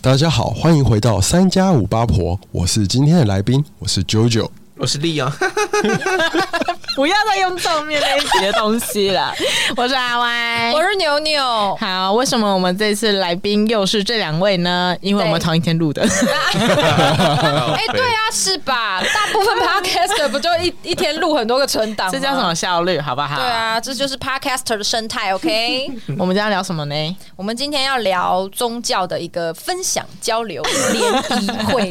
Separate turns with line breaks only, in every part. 大家好，欢迎回到三加五八婆，我是今天的来宾，我是 JoJo。
我是啊利 昂，
不要再用正面那一集的东西了。 我是阿歪，
我是 牛牛，
好，为什么我们这次来宾又是这两位呢？因为我们
对
同一天录的。
哎、
哎
对，啊，是吧？大 部分 podcaster 不就一一天录很多个存档吗？
这叫什么效率，好不好？
对，啊，这就是 podcaster 的生态。OK，
我们今天要聊什么呢？
我们今天要聊宗教的一个分享交流联谊 会，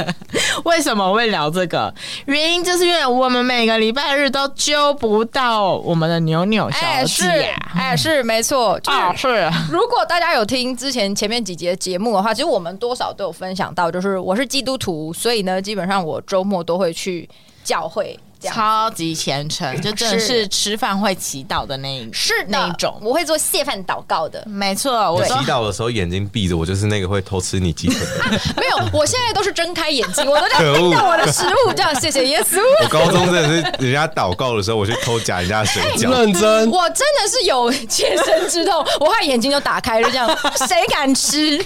为什么会聊这个？原因就是因为我们每个礼拜日都揪不到我们的牛牛
哎、
小
是
姐。
哎、是没错，就是、
啊、是
如果大家有听之前前面几节节目的话，其实我们多少都有分享到，就是我是基督徒，所以呢，基本上我周末都会去教会，这样
超级虔诚，就真的
是
是吃饭会祈祷的那一
是的
那一种。
我会做谢饭祷告的。
没错，我
我祈
说
祷的时候眼睛闭着，我就是那个会偷吃你 鸡腿的。
没有，我现在都是睁开眼睛，我都在
可恶
盯着我的食物，这样谢谢耶稣。
我高中真的是人家祷告的时候，我去偷夹人家的水 饺。
认真，
我真的是有切身之痛，我还眼睛就打开了，这样谁敢吃？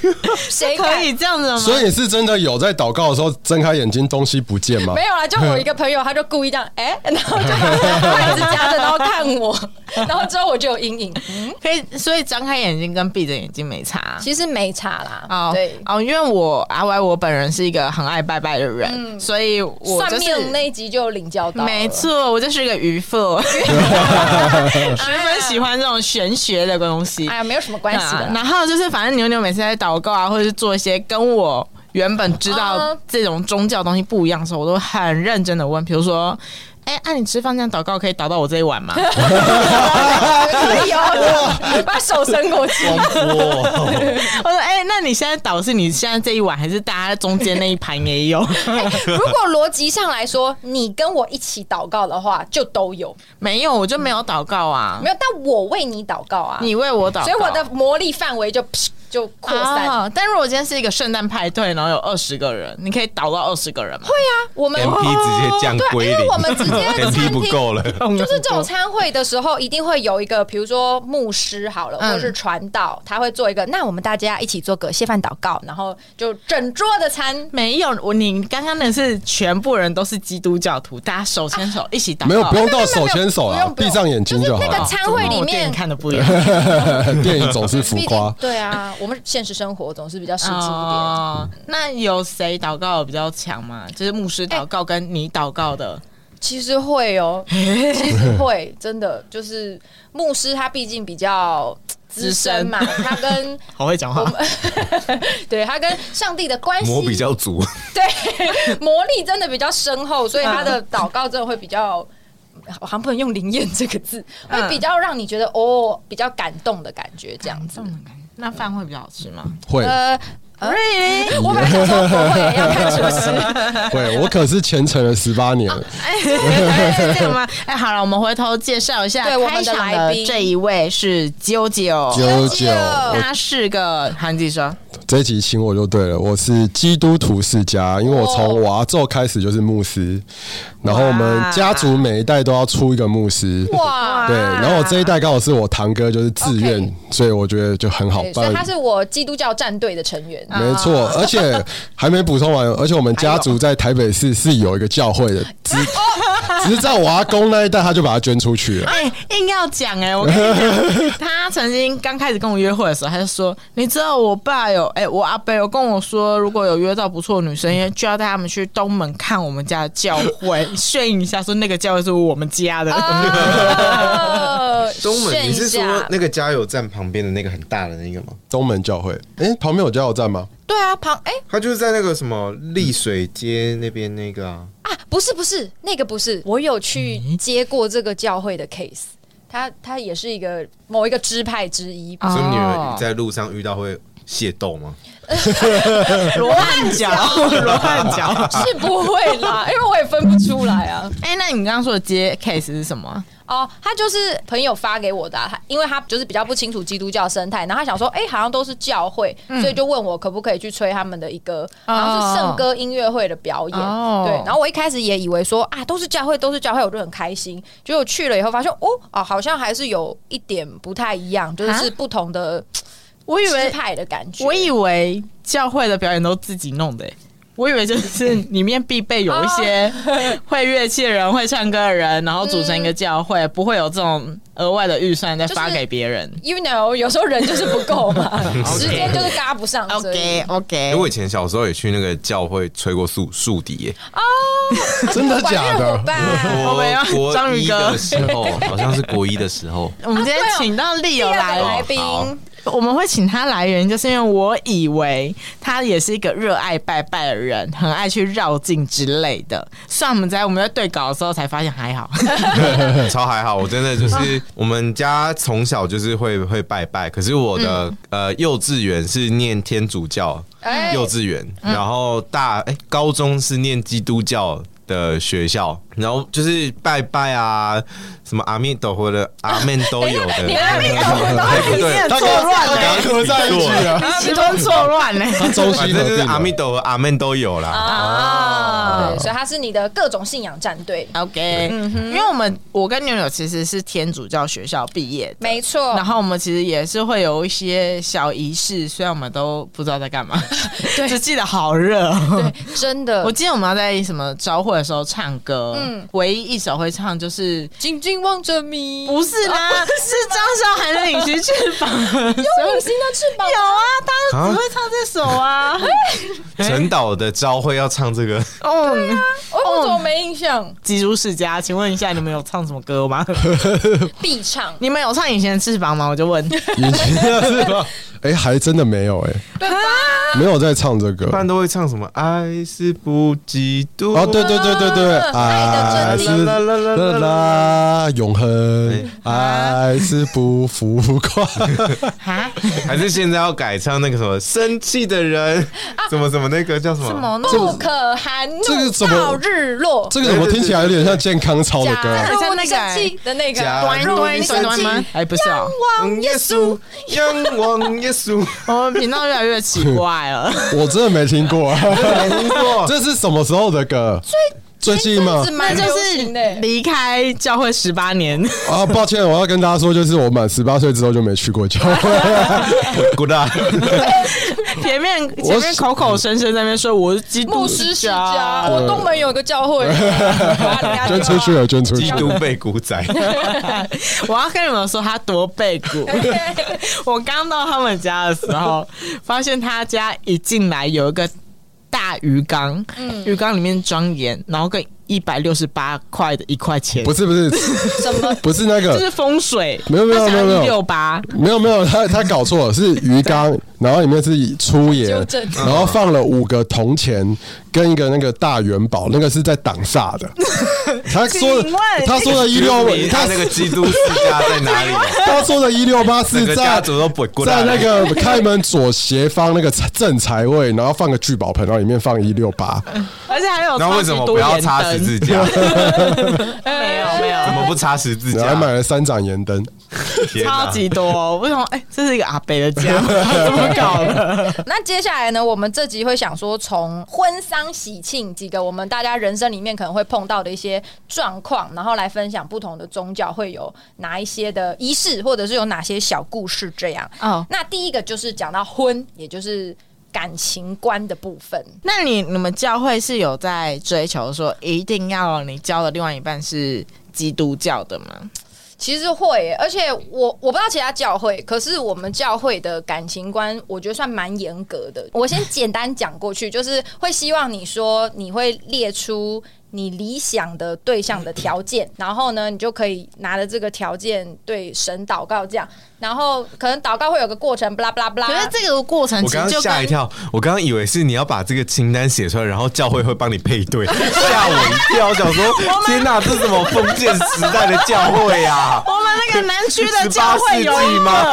谁
可
敢？
以这样子吗？
所以是真的有在祷告的时候睁开眼睛东西不见吗？
没有啦，就我一个朋友，他就故意这样，哎、然后就他一直夹着，然后看我，然后之后我就有阴影。嗯，
可以，所以张开眼睛跟闭着眼睛没差。
其实没差啦，
哦，
对，
哦，因为我阿歪我本人是一个很爱拜拜的人，所以我就
嗯算命
是
那一集就有领教到，
没。错，我就是一个渔夫， 十分喜欢这种玄学的东西。
哎呀，没有什么关系的
啊
啦。
然后就是，反正牛牛每次在祷告啊，或者是做一些跟我原本知道
嗯
这种宗教东西不一样的时候，我都很认真的问，比如说。哎，按、你吃饭这样祷告可以祷到我这一 碗吗？
可以哦，把手伸过去。
我说，哎、那你现在祷是你现在这一碗，还是大家中间那一盘也 有？
如果逻辑上来说，你跟我一起祷告的话，就都有
没有，我就没有祷告啊。
没有？但我为你祷告啊，
你为我祷告，
所以我的魔力范围就就扩散。
啊但如果今天是一个圣诞派对，然后有二十个人，你可以祷到二十个人吗？
对啊，我们
MP 直接降
对，
归
因为我们
零
直 接餐
，MP
厅
不够了。
就是这种餐会的时候，一定会有一个，比如说牧师好了，
嗯
或是传道，他会做一个。那我们大家一起做个谢饭祷告，然后就整桌的餐
没有，我你刚刚的是全部人都是基督教徒，大家手牵手一起祷告。
没有，不用到
没有没
手
有
牵手
不
啦
用，不
闭
用
上眼睛就好
就是那
了
个。餐会
怎么跟
里面
我电影看的不 一样，
电影总是浮
毕
夸
竟，对啊，我们现实生活总是比较实际一点。
哦，那有谁祷告比较强吗？就是牧师祷告跟你祷告的，
其实会 哦，其实会，真的就是牧师他毕竟比较资深嘛，他跟
好会讲话。
对他跟上帝的关系
膜比较足，
对魔力真的比较深厚，所以他的祷告真的会比较。我好像不能用“灵验”这个字，
嗯
会比较让你觉得哦，比较感动的感觉，这样子。
那饭会比较好吃吗？
会
呃，really？我呃本来想说不会要看厨 师，
会，我可是虔诚了十八年
啊
了。
哎，是这样吗？哎，好了，我们回头介绍一下
对我
开
们的
场
来宾
的这一位是啾啾，
九
九
九，
他是个韩籍生，
这一集请我就对了，我是基督徒世家，因为我
哦
从我阿昼开始就是牧师，然后我们家族每一代都要出一个牧师，
哇！
对，然后我这一代刚好是我堂哥就是自愿
啊 OK，
所以我觉得就很好
对，所
办
以。他是啊我基督教战队的成员。
没错，而且还没补充完，而且我们家族在台北市是有一个教会的， 只只是在我阿公那一代他就把它捐出去了。
哎、硬要讲哎、我跟你 讲，他曾经刚开始跟我约会的时候，他就说，你知道我爸有哎、我阿伯有跟我说，如果有约到不错的女生，因为就要带他们去东门看我们家的教 会，炫一下说那个教会是我们家 的。
哦
东门，
炫
你
一
是说
下
那个加油站旁边的那个很大的那个吗？
东门教会，哎、旁边有加油站 吗？
对啊，旁哎、
它就是在那个什么丽水街那边那个啊，
啊，不是不是，那个不是，我有去接过这个教会的 case，他他也是一个某一个支派之一，
哦
所以你们在路上遇到会械斗吗？
罗汉脚，罗汉脚。
是不会啦，因为我也分不出来啊。
哎、那你刚刚说的接 case 是什么？
哦，他就是朋友发给我的啊、他因为他就是比较不清楚基督教生态，然后他想说，哎、好像都是教会，所以就问我可不可以去吹他们的一个，好像是圣歌音乐会的表演。
哦
对，然后我一开始也以为说啊，都是教会，都是教会，我就很开心。结果去了以后发现，哦，啊，好像还是有一点不太一样，就是
啊
是不同的。
我以
支
为
派的感觉。
我以为教会的表演都自己弄的、欸我以为就是里面必备有一些会乐器的人、会唱歌的人，然后组成一个教会，不会有这种额外的预算再发
就是
给别人。
You know，有时候人就是不够 嘛，时间就是搭不上。所以
OK，
因为我以前小时候也去那个教会吹过树树笛 耶，
真的假
啊管乐伙
的？
伴，
我们要
国
章
国
鱼
一
哥
的时候，好像是国一的时候，
我们今天
啊对哦
请到丽
第
友
二
来
个
了，
来宾
好
我们会请他来原因，就是因为我以为他也是一个热爱拜拜的人，很爱去绕境之类的。虽然我们在我们在对稿的时候才发现还好，
超还好，我真的就是我们家从小就是会会拜拜，可是我的、呃幼稚园是念天主教
哎
幼稚园，然后大哎、高中是念基督教。的学校，然后就是拜拜啊，什么阿弥陀佛的阿门都有的，
你 阿弥陀佛都
对对
念
对
他
错
跟
乱
他
了，
刚合在一起了，
时空错乱呢、
他中
反
西合
正就
并
是阿弥
了。
陀佛阿门都有
啊
啦。
啊，对所以他是你的各种信仰战队，
OK，、因为我们我跟牛牛其实是天主教学校毕业的。
没错
然。后我们其实也是会有一些小仪式，虽然我们都不知道在干 嘛，就记得好热哦、
对，真的
我，记得我们要在什么招会的时候唱歌，嗯
嗯，
唯一一首会唱就是
紧紧望着你，
哦不是啦，是张韶涵的《隐形翅膀》。有
隐形的翅膀，
啊，大家只会唱这首啊。
陈导的招会要唱这个，
哦，
我我怎么没印象？
吉如世家，请问一下，你们有唱什么歌 吗？
必唱，
你们有唱《隐形翅膀》吗？我就 问。
隐形是吧？哎，还真的没有哎，
对吧？
没有在唱这
一般
个。
都会唱什么“爱是不嫉妒”
哦，对对对对对，爱
哎爱的
是
真
谛
啦啦啦啦，永恒，爱是不浮 夸。
哈？
还是现在要改唱那个什么生气的人，什么什么那个叫啊什么？
什么？那
不可含怒
这个怎么
到日落，
这个怎么听起来有点像健康操的歌啊？
假如你
假
生
如你生
气的那个，
假
端
如
端
你
端
生
端
气
吗？哎，不是哦，
嗯耶稣，仰望耶 稣，
我哦们频道越来越奇怪 了。
我真的没听过，
没错，
这是什么时候的歌？哦最近吗
这？蛮
那就
流
是
行的。欸
离开教会十八 年，
啊，抱歉，我要跟大家说，就是我满十八岁之后就没去过教 会。
鼓掌。
前面前面口口声声在那边说我是基督
牧师世
教
家，我东门有个教会，
捐出去了，捐出去
基督
了。
被鼓仔，
我要跟你们说，他多背骨。我刚到他们家的时候，发现他家一进来有一个大鱼缸，
嗯
鱼缸里面装盐，然后跟一百六十八块的一块钱，
不是不是，
什么？
不是那
这
个，
是风水，
没有没有没有没有
六八。
没有没有，他他搞错了，是鱼缸，然后里面是粗盐
纠，正
然后放了五个铜钱跟一个那个大元宝，那个是在挡煞的。他说的
请问，
他说的一六，
他
他
那个基督世家在 哪里？
他说的一六八
整
是
个
在
家族都不鼓
在
掌。
那个开门左斜方那个正财位，然后放个聚宝盆，然后里面放一六八，
而且还有
然后为什么不要插十 字架？
没有没
怎
有，
么不插十字
然后
架？
还买了三盏盐灯。
天哪
超级多、为什么？哎、这是一个阿北的 家，怎么搞的？
那接下来呢？我们这集会想说，从婚丧喜庆几个我们大家人生里面可能会碰到的一些状况，然后来分享不同的宗教会有哪一些的仪式，或者是有哪些小故事这样。
哦，
那第一个就是讲到婚，也就是感情观的部分。
那你你们教会是有在追求说一定要你教的另外一半是基督教的吗？
其实会耶，而且我我不知道其他教会，可是我们教会的感情观，我觉得算蛮严格的。我先简单讲过去，就是会希望你说你会列出你理想的对象的条件，然后呢，你就可以拿着这个条件对神祷告这样，然后可能祷告会有个过程，巴拉巴拉巴
可是
拉。
这个过程
我
其
刚
实就
刚吓一
跟
跳，我刚刚以为是你要把这个清单写出来，然后教会会帮你配对， 吓我一跳，想说天哪，这是什么封建时代的教会啊？
我们那个南区的
十
教
八
会
世
有一
纪吗？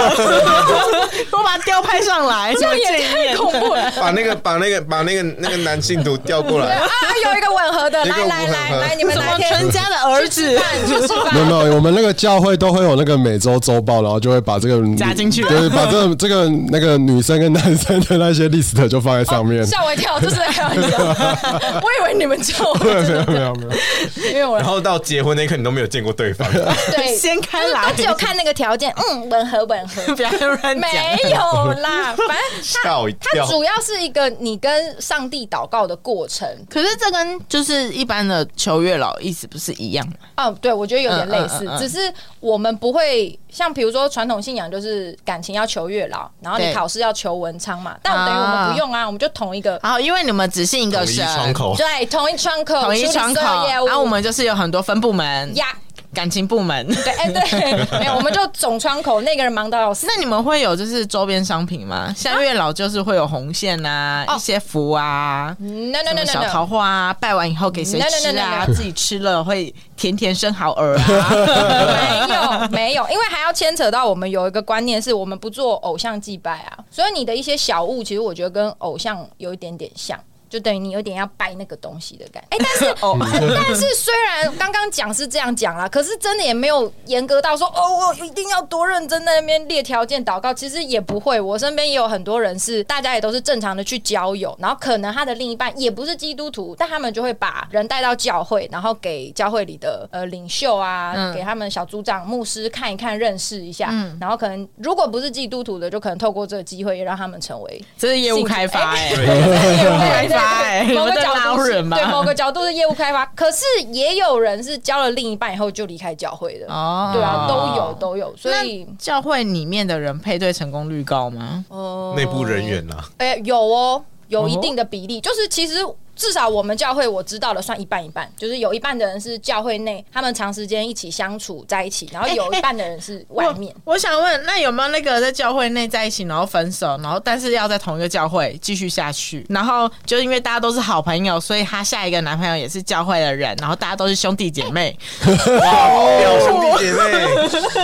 个， 我把雕拍上来，这
太恐怖了
把那个把那个把那个那个男信徒调过来，
啊！有一个吻合的，
一
来
个
来来来，你们
什
哪
么
天
全家的儿子，
去吃
没有
饭？
没有，我们那个教会都会有那个每周周报，然后就会把这个
加进去
对，把这个这个那个女生跟男生的那些 list 就放在上面。
吓我一跳，这是在开玩笑，我以为你们叫我，
没有没有没有没有，
因为我
然后到结婚那一刻，你都没有见过对方，
对
先开
就是
来
都只有看那个条件， 嗯，吻合吻合，
不要乱讲。
没有 啦，反正
吓我一
它
跳。
主要是一个你跟上帝祷告的过程。
可是这跟就是一般的求月老意思不是一样吗？
哦，对，我觉得有点类似，
嗯嗯嗯嗯
只是我们不会像比如说传统信仰就是感情要求月老，然后你
对
考试要求文昌嘛，但我等于我
啊
们不用啊，我们就同一个。
哦好，因为你们只信一个
统一
神，
窗口，
对，同一窗口，
统一
处理
窗口，啊
所有业务
然后我们就是有很多分部门，
呀，
感情部门。
对，哎、对，没有，我们就总窗口，那个人忙到要死。
那你们会有就是周边商品吗？像月老就是会有红线啊，
啊哦
一些符啊。
No
什
no no
么
no
小桃
no，
花啊，拜完以后给谁
No, no, no,
吃啊？
no.
自己吃了会甜甜生蚝儿啊。
没有没有，因为还要牵扯到我们有一个观念，是我们不做偶像祭拜啊，所以你的一些小物，其实我觉得跟偶像有一点点像。就等于你有点要拜那个东西的感觉，哎、但 是
哦，
但是虽然刚刚讲是这样讲啦，可是真的也没有严格到说哦，我一定要多认真在那边列条件祷告，其实也不会。我身边也有很多人是大家也都是正常的去交友，然后可能他的另一半也不是基督徒，但他们就会把人带到教会，然后给教会里的呃领袖啊，
嗯
给他们小组长、牧师看一看、认识一下，然后可能如果不是基督徒的，就可能透过这个机会也让他们成为
这是业务开发 哎、
对
业务哎
开发欸
某
你们
个角
在
度
捞
是
人吗
对，某个角度是业务开发。可是也有人是交了另一半以后就离开教会的，
哦
对啊，都有都有，所以
那教会里面的人配对成功率高吗？
哦
内部人，员啊啦，
哎、有哦，有一
哦
定的比例，就是其实。至少我们教会我知道的算一半一半，就是有一半的人是教会内，他们长时间一起相处在一起，然后有一半的人是外面。
我。我想问，那有没有那个在教会内在一起，然后分手，然后但是要在同一个教会继续下去，然后就因为大家都是好朋友，所以她下一个男朋友也是教会的人，然后大家都是兄弟姐妹。
表兄弟姐妹，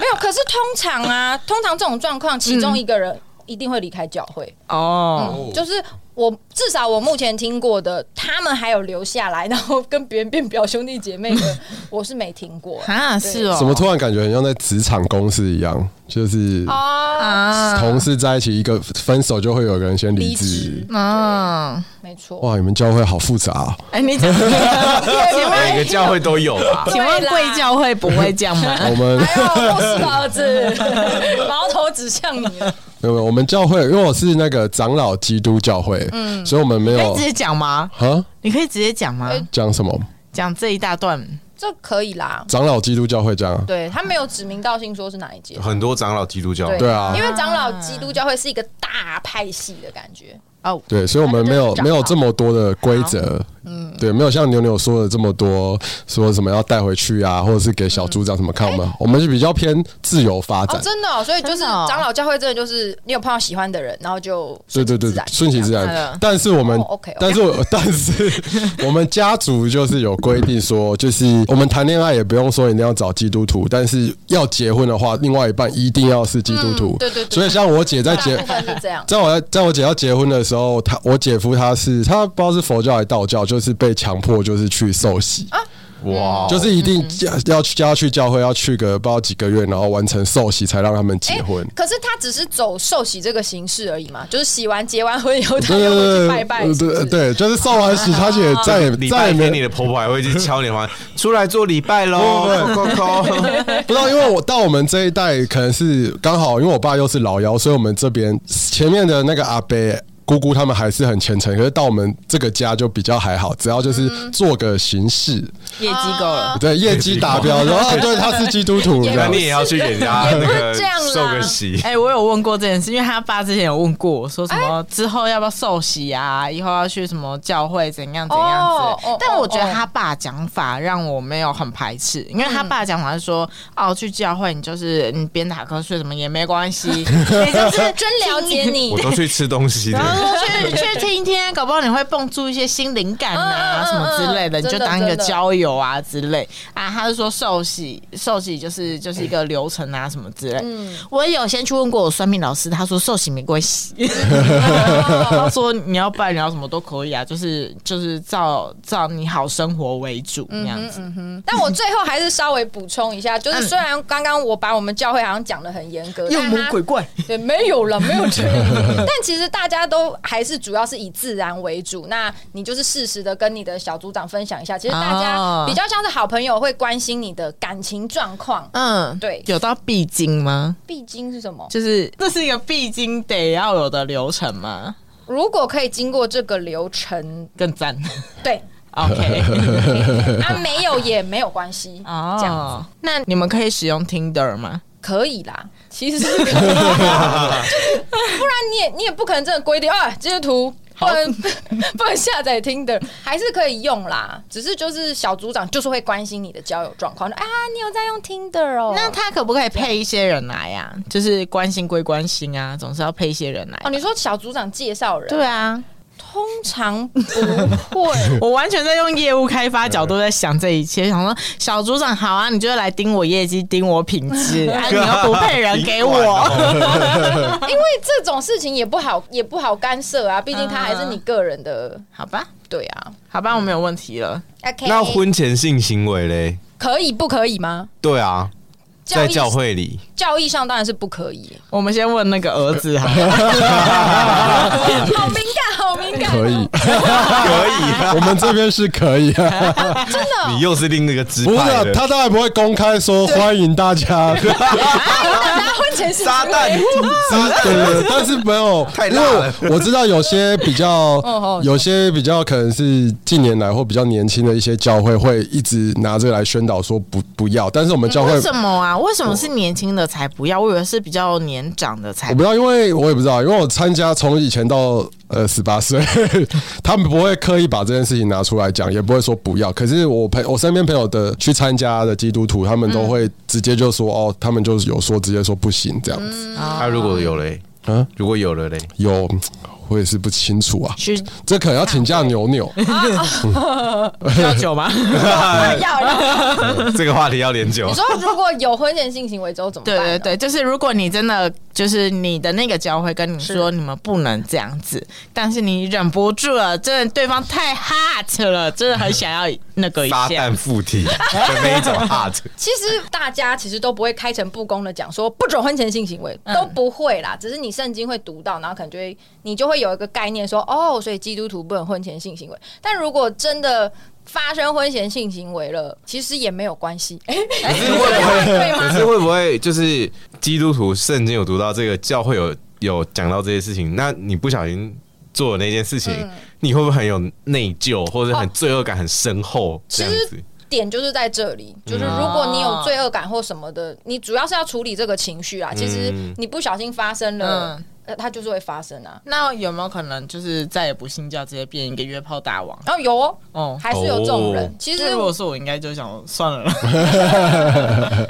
没有，可是通常啊，通常这种状况，其中一个人一定会离开教会。
哦，
哦
就是我至少我目前听过的，他们还有留下来，然后跟别人变表兄弟姐 妹的，我是没听过
啊，
对
是哦，
怎么突然感觉很像在职场公司一样？就是
啊，
啊？
同事在一起，一个分手就会有个人先离
离职
职。
啊，
没错，
哇，你们教会好复杂、啊！
哎、你 讲，请
每个
问，
教会都有啊吧？
请问贵教会不会这样吗？
我们
哎呦，牧师的儿子， 矛头指向你了，
没有，没有我们教会，因为我是那个长老基督教会，所以我们没
可以
有
直接讲吗？
啊
你可以直接讲吗？
哎
讲什么
讲这一大段
这可以啦。
长老基督教会这样啊，
对他没有指名道姓说是哪一届，
很多长老基督教，
对啊
因，为长老基督教会是一个大派系的感觉，
哦，
对，所以我们没有
他就是长老
没有这么多的规则，嗯，对，没有像牛牛说的这么多，说什么要带回去啊，或者是给小组长什么看我们，我们是比较偏自由发
嗯哎哦，
展，
真的、哦，所以就是
真的哦
长老教会真的就是你有碰到喜欢的人，然后就
对对对，顺其自
这样
然
子。
但是我们
哦，OK，OK，
但是我 但 是我们家族就是有规定说，就是我们谈恋爱也不用说一定要找基督徒，但是要结婚的话，另外一半一定要是基督徒。
嗯对对对
所以像我姐在
大
结
部。分是这样，
在我在我姐要结婚的时候，她我姐夫他是他不知道是佛教还是道教，就是被强迫就是去受洗，
哦
哇，
就是一定
嗯
要要去要去教会，要去个不知道几个月，然后完成受洗才让他们结婚。
可是他只是走受洗这个形式而已嘛，就是洗完结完婚以后， 他
对
又回
对
去拜拜，
对
是不
对
是，
对，就是受完洗，他姐再也
礼
再
拜
也
天
没
你的婆婆还会去敲你的门，出来做礼拜喽，扣扣扣
不知道，因为我到我们这一代可能是刚好，因为我爸又是老幺，所以我们这边前面的那个阿伯。姑姑他们还是很虔诚，可是到我们这个家就比较还好，只要就是
嗯
做个形式，
业绩够了。
对业绩达标，然后、啊、对他是基督徒，这
那
样
你也要去给人家那个
也不是这样啦
受个洗，
哎、我有问过这件事，因为他爸之前有问过我说什么
哎
之后要不要受洗啊，以后要去什么教会怎样怎样子。
哦哦
但我觉
哦嗯
得他爸讲法让我没有很排斥，因为他爸讲法是说，哦，去教会你 就是你边打瞌睡什么也没关系，你就是
真了解你
我。都去吃东西的。
者说去去听一听啊，搞不好你会蹦出一些新灵感啊，
嗯嗯嗯
什么之类的，
嗯
你就
真的
当一个
真的
交友啊之类啊。他是说寿喜，寿喜就是就是一个流程啊，什么之类。
嗯
我有先去问过我算命老师，他说寿喜没关 系，他说你要拜你要什么都可以啊，就是就是照照你好生活为主
嗯
那样子。
但我最后还是稍微补充一下，就
嗯
是虽然刚刚我把我们教会好像讲的很严格，
妖
但
魔
它
鬼怪，
对，没有了，没有这样。 但其实大家都还是主要是以自然为主。那你就是适时的跟你的小组长分享一下，其实大
哦
家比较像是好朋友，会关心你的感情状况。
嗯，
对
有到必经吗？
必经是什么？
就是这是一个必经得要有的流程吗？
如果可以经过这个流程，
更赞
对，
，OK，
啊，没有也没有关系，
哦，
这样
子。那你们可以使用 Tinder 吗？
可以 啦。其实是可以， 就是不然你也你也不可能真的规定啊，这些图。不能 不能下载听的，还是可以用啦。只是就是小组长就是会关心你的交友状况，说啊，你有在用听的哦。
那他可不可以配一些人来呀、啊？就是关心归关心啊，总是要配一些人来。
哦，你说小组长介绍人，
对啊，。
通常不会
我完全在用业务开发角度在想这一切，想说小组长好啊，你就来盯我业绩，盯我品 质，哎、你又不配人给
你
我
管，哦
因为这种事情也不好，也不好干涉啊，毕竟他还是你个人的，
好吧，
对啊。
好吧，我没有问题了。
OK，
那婚前性行为嘞？
可以不可以吗？
对啊，在
义
教会里，
教义上当然是不 可以，
我们先问那个儿子好了，
好敏感，好敏感，
可以，
可以，啊
我们这边是可 以啊。
真的
你又是另一个支
不是啊
派，的
他当然不会公开说欢迎大 家，对
大 家婚前性
撒旦，
对对，但是没有，
太
因
辣
为
了
我知道有些比较
哦，
有些比较可能是近年来或比较年轻的一些教会会一直拿这个来宣导说不不要，但是我们 教会
为什么啊？为什么是年轻的才不要？我以为是比较年长的才
我不知道，因为我也不知道，因为我参加从以前到呃十八岁，他们不会刻意把这件事情拿出来讲，也不会说不要。可是我朋我身边朋友的去参加的基督徒，他们都会直接就说、哦，他们就是有说直接说不行这样子。
他如果有嘞，
啊
如果有了嘞，
有我也是不清楚啊，
去
这可能要请假牛牛。
需要酒吗？
要要。
这个话题要连久 啊
你。说如果有婚前性行为之后怎么办
对
呢？
对对，就是如果你真的就是你的那个教会跟你说你们不能这样子，但是你忍不住了，真的对方太 hot 了，真的很想要那个一
撒
下
旦。附体的那一种 heart，
其实大家其实都不会开诚布公的讲说不准婚前性行为，
嗯
都不会啦。只是你圣经会读到，然后可能就会你就会有一个概念说，哦，所以基督徒不能婚前性行为。但如果真的发生婚前性行为了，其实也没有 关系。哎、
可是会不会？
对
可
吗？
是会不会就是基督徒圣经有读到这个教会有有讲到这些事情？那你不小心做了那件事情，你会不会很有内疚，或者很
哦
罪恶感很深厚这样子？
点就是在这里，就是如果你
嗯
有罪恶感或什么的，你主要是要处理这个情绪啊。其实你不小心发生了
嗯，
呃它就是会发生啊。
那有没有可能就是再也不信教，直接变一个约炮大王？
然后有哦，
哦，
还是有这种
哦
人。其
那
实
如果是我，应该就想算了。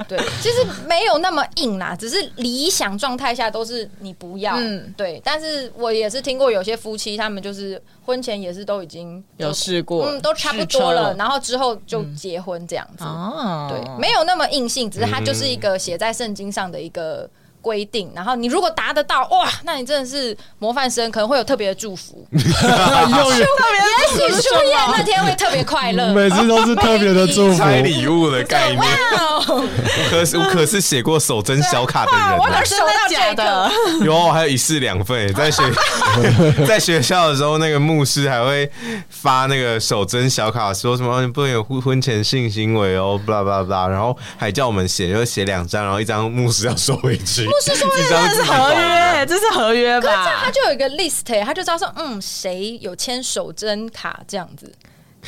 对，其实没有那么硬啦，只是理想状态下都是你不要。
嗯
嗯，对。但是我也是听过有些夫妻，他们就是婚前也是都已经
有试嗯过，
嗯，都差不多了，然后之后就结婚这样子。
哦，
对，没有那么硬性，只是它就是一个写在圣经上的一个规定。然后你如果达得到，哇，那你真的是模范生，可能会有特别的祝福。
永远
也许出宴那天会特别快乐。
每次都是特别的祝福。
拆礼物的概念，
哦
我可是我可是写过手真小卡的
我
人、
可
啊，
收到这
真的假的
个，
有还有一式两份，在学在学校的时候，那个牧师还会发那个手真小卡，说什么、哦你不能有婚婚前性行为哦，blah blah blah，然后还叫我们写，就写两张，然后一张牧师要收回 去，牧师收一
这
张
是
自己
合
保留
约，这是合约
可是这样
吧
他？就有一个 list，、欸、他就知道说，嗯，谁有签手针卡这样子。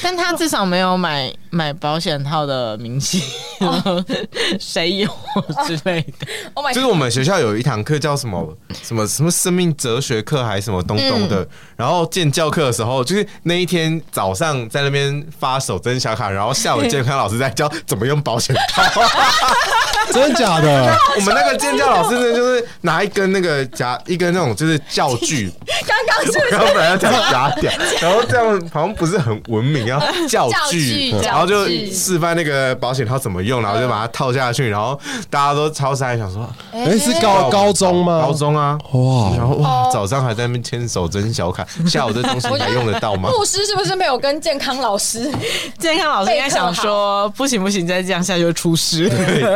但他至少没有买买保险套的明细，哦 谁有之类的。
Oh my，
就是我们学校有一堂课叫什么什么什么生命哲学课还是什么东东的，然后建教课的时候，就是那一天早上在那边发手真小卡，然后下午健康老师在教怎么用保险套。
真的假
哦
的？
我们那个建教老师呢，就是拿一根那个夹一根那种就是教具，
刚刚是不
然后本来要讲打 屌，然后这样好像不是很文明，要教
教
具嗯
具，
然后就
教具
示范那个保险套怎么用，然后就把它套下去，然后大家都超傻，想说
哎，是高高中吗？
高中啊，
哇，
然后哇，
哦
早上还在那边牵手真小卡，下午 这东西还用得到吗？
牧师是不是没有跟健康老师？
健康老师应该想说，不行不行，再这样下去会出事。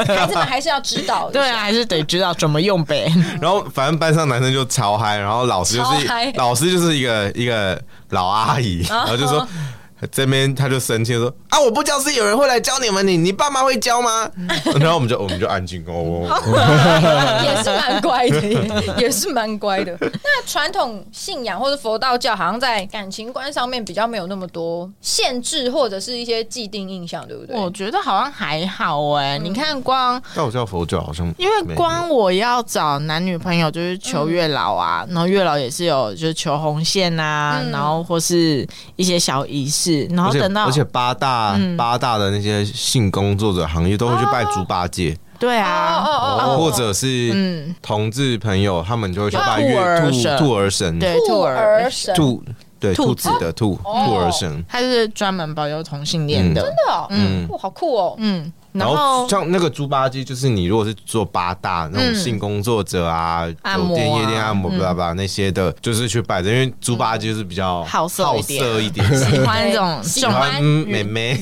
孩子们还是要知道。
对啊，，还是得知道怎么用呗。
然后反正班上男生就超嗨，然后老师就是
超嗨啊
老师就是一个一个老阿姨，然后就
哦
说。这边他就生气地说：“啊，我不教是有人会来教你们，你你爸妈会教吗？” 然后我们就我们就安静哦，
也是蛮乖的， 也也是蛮乖的。那传统信仰或者佛道教，好像在感情观上面比较没有那么多限制，或者是一些既定印象，对不 对？
我
哦
觉得好像还好哎、你看光。
道教佛教好像
因为光我要找男女朋友，就是求月老啊，然后月老也是有就是求红线啊，
嗯
然后或是一些小仪式，然
而
后
且
等到嗯
而且八大、八大的那些性工作者行业都会去拜猪八戒，
对啊，
哦
哦
或者是
嗯，
同志朋友他们就会去拜
兔
月
儿
兔
神
兔儿神，
对
兔儿神，
兔对
兔
兔子的兔
哦
兔儿神。
他是专门保佑同性恋的，
真的哦，
嗯
哇，好酷哦！
嗯，
然
然
后
后
像那个猪八戒，就是你如果是做八大那种
嗯
性工作者啊、
按
酒
摩
店、
啊
夜店按摩、
嗯
巴拉巴拉那些的，就是去拜的，因为猪八戒就是比较
好色
好
一点
色一点，
喜欢这种这
喜
喜
种
欢妹妹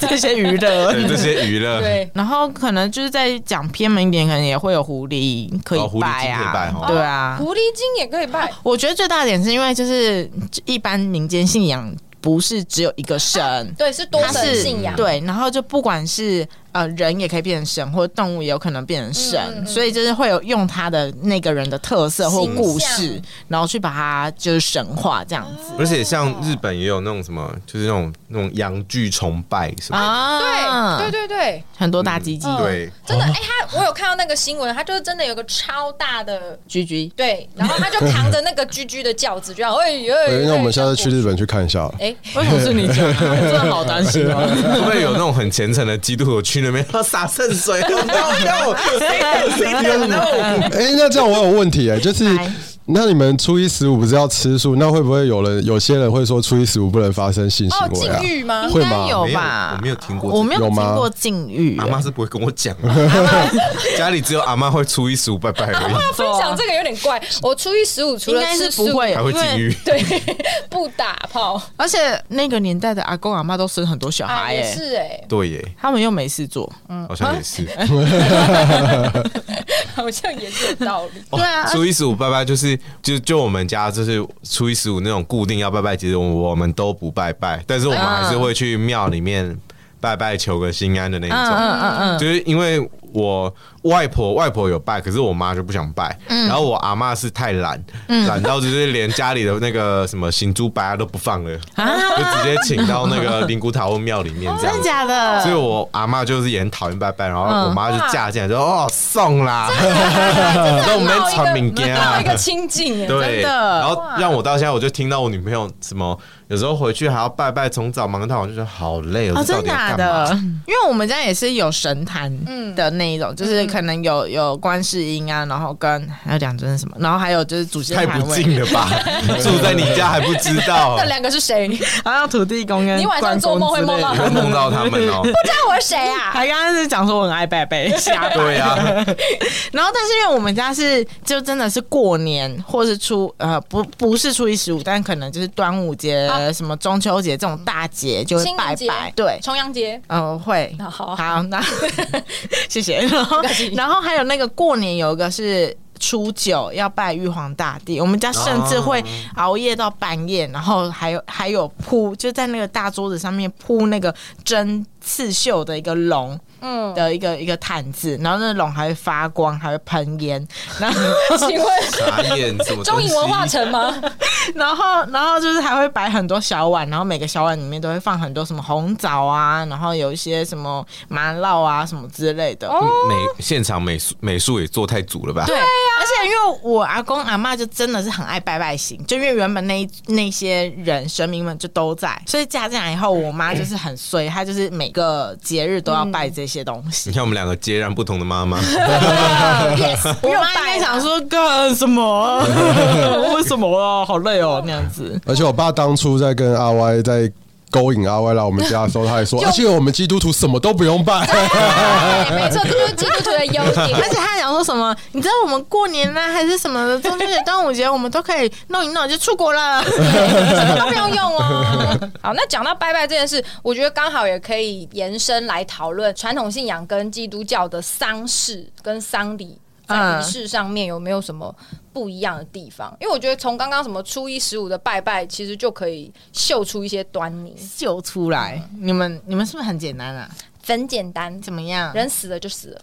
这些娱 乐，
对这些娱乐，
对，
然后可能就是在讲偏门一点，可能也会有狐狸可
哦狐
以
狸
拜
精可以
啊，
拜哦
对啊。哦
狐狸精也可以拜，
我觉得最大的点是因为就是一般民间信仰不是只有一个神，
对，是多
它
神
是
信仰，
对，然后就不管是呃人也可以变成神，或动物也有可能变成神，
嗯嗯嗯
所以就是会有用他的那个人的特色或
形
故
象
事，然后去把它就是神化这样子
而且像日本也有那种什么，就是那种那种洋剧崇拜什么，
啊
哦哎对，对对对，
很多大鸡鸡，
嗯
对，
真的，
哦
哎、他我有看到那个新闻，他就是真的有个超大的。
居居。
对，然后他就扛着那个 居居的轿子，就这样，哎呦，
对
哎
那我们下次去，日本去看一下。
哎，
为什么是你讲啊？我真的好担心哦。
会不会有那种很虔诚的基督徒去那边洒圣 水？No no，谁有谁有 no？
哎，那这样我有问题哎，就是
来
那你们初一十五不是要吃素？那会不会有人有些人会说初一十五不能发生性
哦
行，为啊
禁？欲吗？
会
应
吗
该有
没有
吧？
我没有听过
我没有
有
听
吗
过禁欲。
阿妈是不会跟我讲 的，家里只有阿妈会初一十五拜拜而已，
分享这个有点怪，我初一十五除
应
了
该
吃
是
素
不会，
还会禁
因为
欲。
对，不打炮
而且那个年代的阿公阿妈都生很多小
啊，
孩
也
耶、
是嗯哎，
对耶，
他们又没事做。
好像 也是。
哎
好像也是有道理。
哦
对啊
初一十五拜拜就是就就我们家就是初一十五那种固定要拜拜，其实我们都不拜拜，但是我们
嗯
还是会去庙里面拜拜求个心安的那一种。
嗯嗯
就是因为我外婆外婆有拜，可是我妈就不想拜。
嗯
然后我阿妈是太懒，懒、到就是连家里的那个什么行猪白啊都不放了，
嗯啊，
就直接请到那个灵骨塔或庙里面这样
真的
子。
假
所以，
的？
我阿妈就是也很讨厌拜拜，然后我妈就
嗯
嫁进来说：“哦，送啦，
的
都没传民间
到
啊
一。个清净”耶，
对，
真的
然后让我到现在，我就听到我女朋友什么，有时候回去还要拜拜，从早忙到晚，就觉得好累哦。
哦，
这到
真
底
的假
啊
要
的
干嘛？？
因为我们家也是有神坛
嗯
的那一种，就是可能有有观世音啊，然后跟还有两尊什么，然后还有就是祖先
太
坛
不
位，
近了吧？住在你家还不知道
这？两个是谁？
还有土地公跟
你晚上
关
做
公
梦会
之类
梦到
的
你会梦到他们哦。
那我是谁啊？
还刚刚是讲说我很爱拜拜， 瞎掰。
对啊，
然后，但是因为我们家是就真的是过年，或是初呃不不是初一十五，但可能就是端午节、
啊
什么中秋节这种大节就会
清
拜
明节
拜。对，
重阳节，
呃会。
那好啊，
好， 那谢谢。然后
客气，
然后还有那个过年有一个是初九要拜玉皇大帝，我们家甚至会熬夜到半夜，然后还有啊还有铺就在那个大桌子上面铺那个针刺绣的一个龙，
嗯，
的一个一个毯子，然后那龙还会发光，还会喷烟，然 后
请问
傻眼，什么东西
中影文化城吗？
然后然后就是还会摆很多小碗，然后每个小碗里面都会放很多什么红枣啊，然后有一些什么麻辣啊什么之类
哦
的。
美现场美术美术也做太足了吧？
对，啊而且因为我阿公阿妈就真的是很爱拜拜型，就因为原本那一那些人神明们就都在，所以嫁进来以后，我妈就是很衰，她就是每每个节日都要拜这些东西
你。看我们两个截然不同的妈妈，
yes，不
我
用
妈应
拜
该
啦
想说干什 么？为什么啊？好累哦，那样子。
而且我爸当初在跟阿 Y 在勾引阿 Y 来我们家的时候，他还说，
就
而且我们基督徒什么都不用 拜。
对没错，这就是基督徒的优点。
而且他还讲说什么？你知道我们过年啦、还是什么的，中秋节、端午节，我们都可以弄一弄就出国 了。
都不用用哦。 好，那讲到拜拜这件事，我觉得刚好也可以延伸来讨论传统信仰跟基督教的丧事跟丧礼。在仪式
嗯
上面有没有什么不一样的地方？因为我觉得从刚刚什么初一十五的拜拜，其实就可以嗅出一些端倪，
秀出来，你们你们是不是很简单啊？
很简单，
怎么样？
人死了就死了。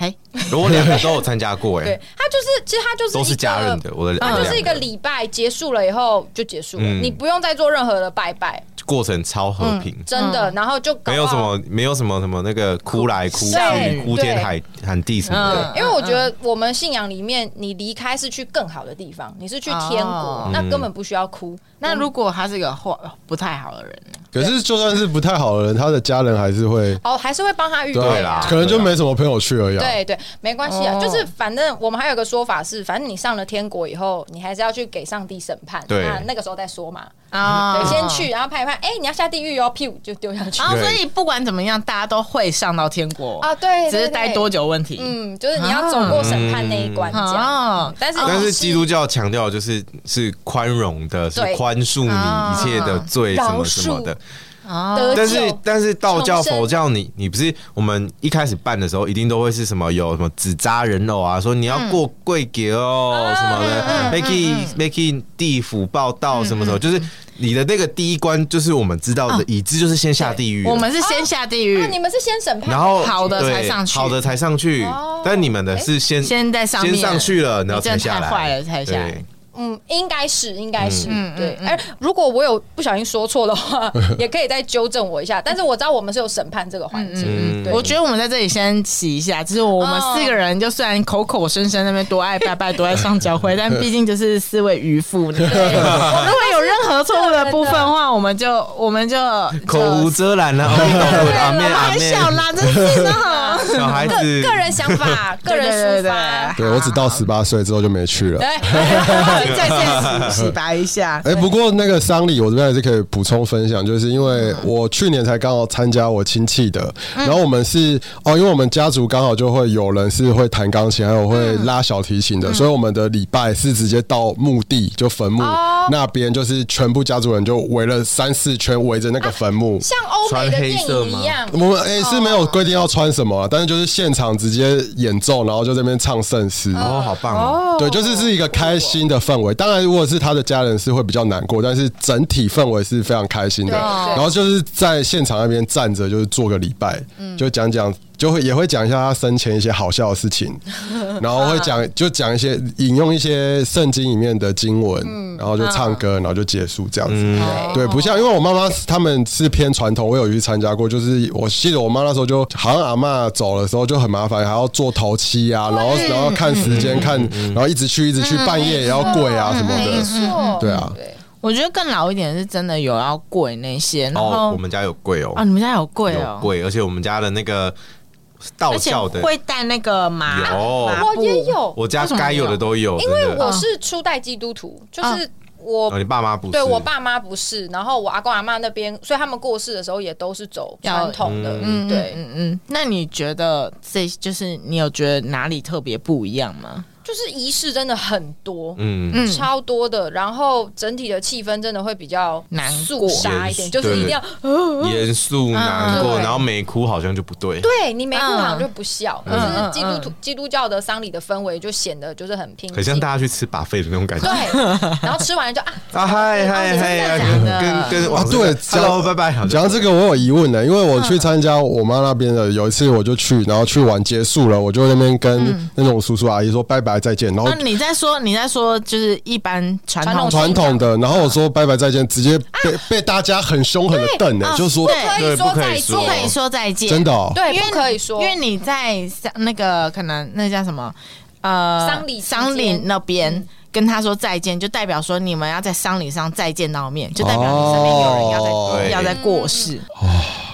嘿，
如果两个都有参加过、
对
哎，，
他就是，其实他就是
都
一
是
个
家人的，我的
它
我的
就是一个
两
礼拜结束了以后就结束了，
嗯
你不用再做任何的拜拜，
过程超和平。
真的。然后就嗯搞
嗯没有
到
什么，没有什么什么那个哭来哭
对
去、哭天
对
喊喊地什么的，
嗯
因为我觉得我们信仰里面，你离开是去更好的地方，你是去天
哦
国，
嗯
那根本不需要哭。
那如果他是个坏不太好的人呢，
可是就算是不太好的人，他的家人还是会，啊
哦，还是会帮他预备
对
啦
啦。
可能就没什么朋友去而已啊。
对对，没关系啊，
哦
就是反正我们还有个说法是，反正你上了天国以后，你还是要去给上帝审判。
对
那那个时候再说嘛。
啊
对，先去，然后判一判，哎，你要下地狱哦，屁股就丢下去
然。后
对
所以不管怎么样，大家都会上到天国
哦啊对对
只是待多久问题。
嗯，哦就是你要走过审判那一关，这
啊
样。但是
嗯但
你
是基督教强调的就是是宽容的，是
对
宽恕
嗯
啊
你一切的罪什么什么的。
哦
得
但是
救，
但是道教、
重生
佛教你，你不是我们一开始办的时候，一定都会是什么有什么纸扎人偶啊，说你要过跪给
嗯
哦什么
啊
的，make make 地府报道什
嗯
么什么，就是你的那个第一关，就是我们知道的已知，就是先下地狱了。
哦我们是先下地狱
那，啊你们是先审判，
然后
好的才
对
上去
好的才上去
哦。
但你们的是先
先在上面
先上去了，然后
你真
才
的
下来。
太坏了才下来
对
嗯，应该是，应该是，
嗯
对。
嗯嗯
哎、如果我有不小心说错的话，也可以再纠正我一下。但是我知道我们是有审判这个环节，
嗯
对
我觉得我们在这里先洗一下，就是我们
哦
四个人，就虽然口口声声那边多爱拜拜、多爱上教 会，但毕竟就是四位渔夫。 对如果有任何错误的部分的话，我们就我们就
口无遮拦了，阿
我
妹
们
阿
还
妹，
小啦，真是的。
小孩
个
子，
个人想法， 个人抒发。哎
对我只到十八岁之后就没去了。
对，
再先洗洗白一下。
哎、不过那个丧礼我这边还是可以补充分享，就是因为我去年才刚好参加我亲戚的，然后我们是哦，因为我们家族刚好就会有人是会弹钢琴，还有会拉小提琴的，所以我们的礼拜是直接到墓地就坟墓、那边，就是全部家族人就围了三四圈围着那个坟墓。
像欧美的电影一样
我。们哎、是没有
哦
规定要穿什么啊、但是就是现场直接演奏，然后就这边唱圣诗。
哦，好棒哦。
对，就是是一个开心的氛围。当然，如果是他的家人是会比较难过，但是整体氛围是非常开心的。
对对
然后就是在现场那边站着，就是做个礼拜，
嗯
就讲讲，就会也会讲一下他生前一些好笑的事 情，然后会
嗯
讲就讲一些引用一些圣经里面的经文，
嗯
然后就唱歌，然后就结束这样子。对，不像因为我妈妈他们是偏传统，我有去参加过，就是我记得我妈那时候就好像阿嬷走的时候就很麻烦，还要做头七啊，然后然后看时间看，然后一直去一直去，半夜也要跪啊什么
嗯没
的。
错，
对啊
对，
我觉得更老一点是真的有要跪那些，然
哦，我
后
们家有跪哦
哦，，你们家有跪
有
哦，
跪，而且我们家的那个道
而且
教的，
会带那个麻
有
麻
我
布
也有，
我家该有的都有，
因为
真的
我是初代基督徒，
嗯
就是我。
哦，你爸妈不是？
对我爸妈不是，然后我阿公阿妈那边，所以他们过世的时候也都是走
要
传统的，
嗯，
对
对，，嗯嗯。那你觉得这就是你有觉得哪里特别不一样吗？
就是仪式真的很多，
嗯，
嗯
超多的，然后整体的气氛真的会比较
难
肃
过
杀一点，
严
就是一定要
严肃难过，
对
然后没哭好像就不对，
对你没哭好像就不笑，可
嗯
是基督徒基督教的丧礼的氛围就显得就是很平静，
很像大家去吃把费的那种感觉。
对，然后吃完了 就啊，
啊嗨嗨嗨啊，跟 跟跟
啊，对，
，Hello，拜拜，
讲到这个，我有疑问呢，因为我
嗯
去参加我妈那边的，有一次我就去，然后去完结束了，我就在那边跟那种叔叔阿姨说拜拜再见，然后
嗯
哦
那啊你在说你在说就是一般传统
传
传统的，然后我说拜拜再见，直接被被大家很凶狠的瞪呢，
啊
就说
对
可以
对
说
不可
再
以
见
说
不，可以说再见，
真的哦，
对，
因为
不可以说，
因为你在丧那个可能那叫什么呃
丧礼期间嗯
丧礼那边。跟他说再见，就代表说你们要在丧礼上再见到面，就代表你身边有人要在、
哦
要在过世。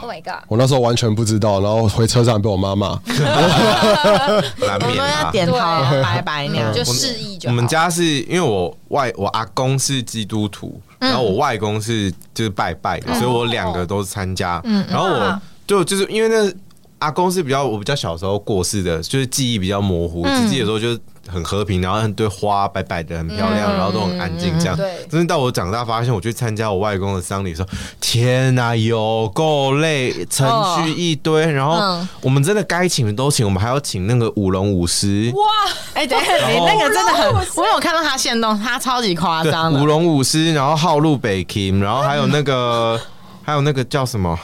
Oh my god！
我那时候完全不知道，然后回车上被我 妈
哦
骂。
难
我们
免
都要
啊。
点头
对啊
拜拜那样。
就示意就
嗯
好。
我们家是因为我外我阿公是基督徒，
嗯
然后我外公是就是拜拜的，所以我两个都是参加。
嗯
然后我就就是因为那阿公是比较我比较小时候过世的，就是记忆比较模糊，
嗯
只记得说就是很和平，然后很对花白白的很漂亮，
嗯
然后都很安静这样。
对
真的到我长大发现，我去参加我外公的丧礼的时候，天哪、有够累，程序一堆，然后
嗯
我们真的该请的都请，我们还要请那个舞龙舞狮。
哇，
哎，等一 下，你那个真的很，我有看到他现动，他超级夸
对，
张
舞
的。
龙舞狮，然后号路北 Kim，然后还有那 个，还有那个叫什么，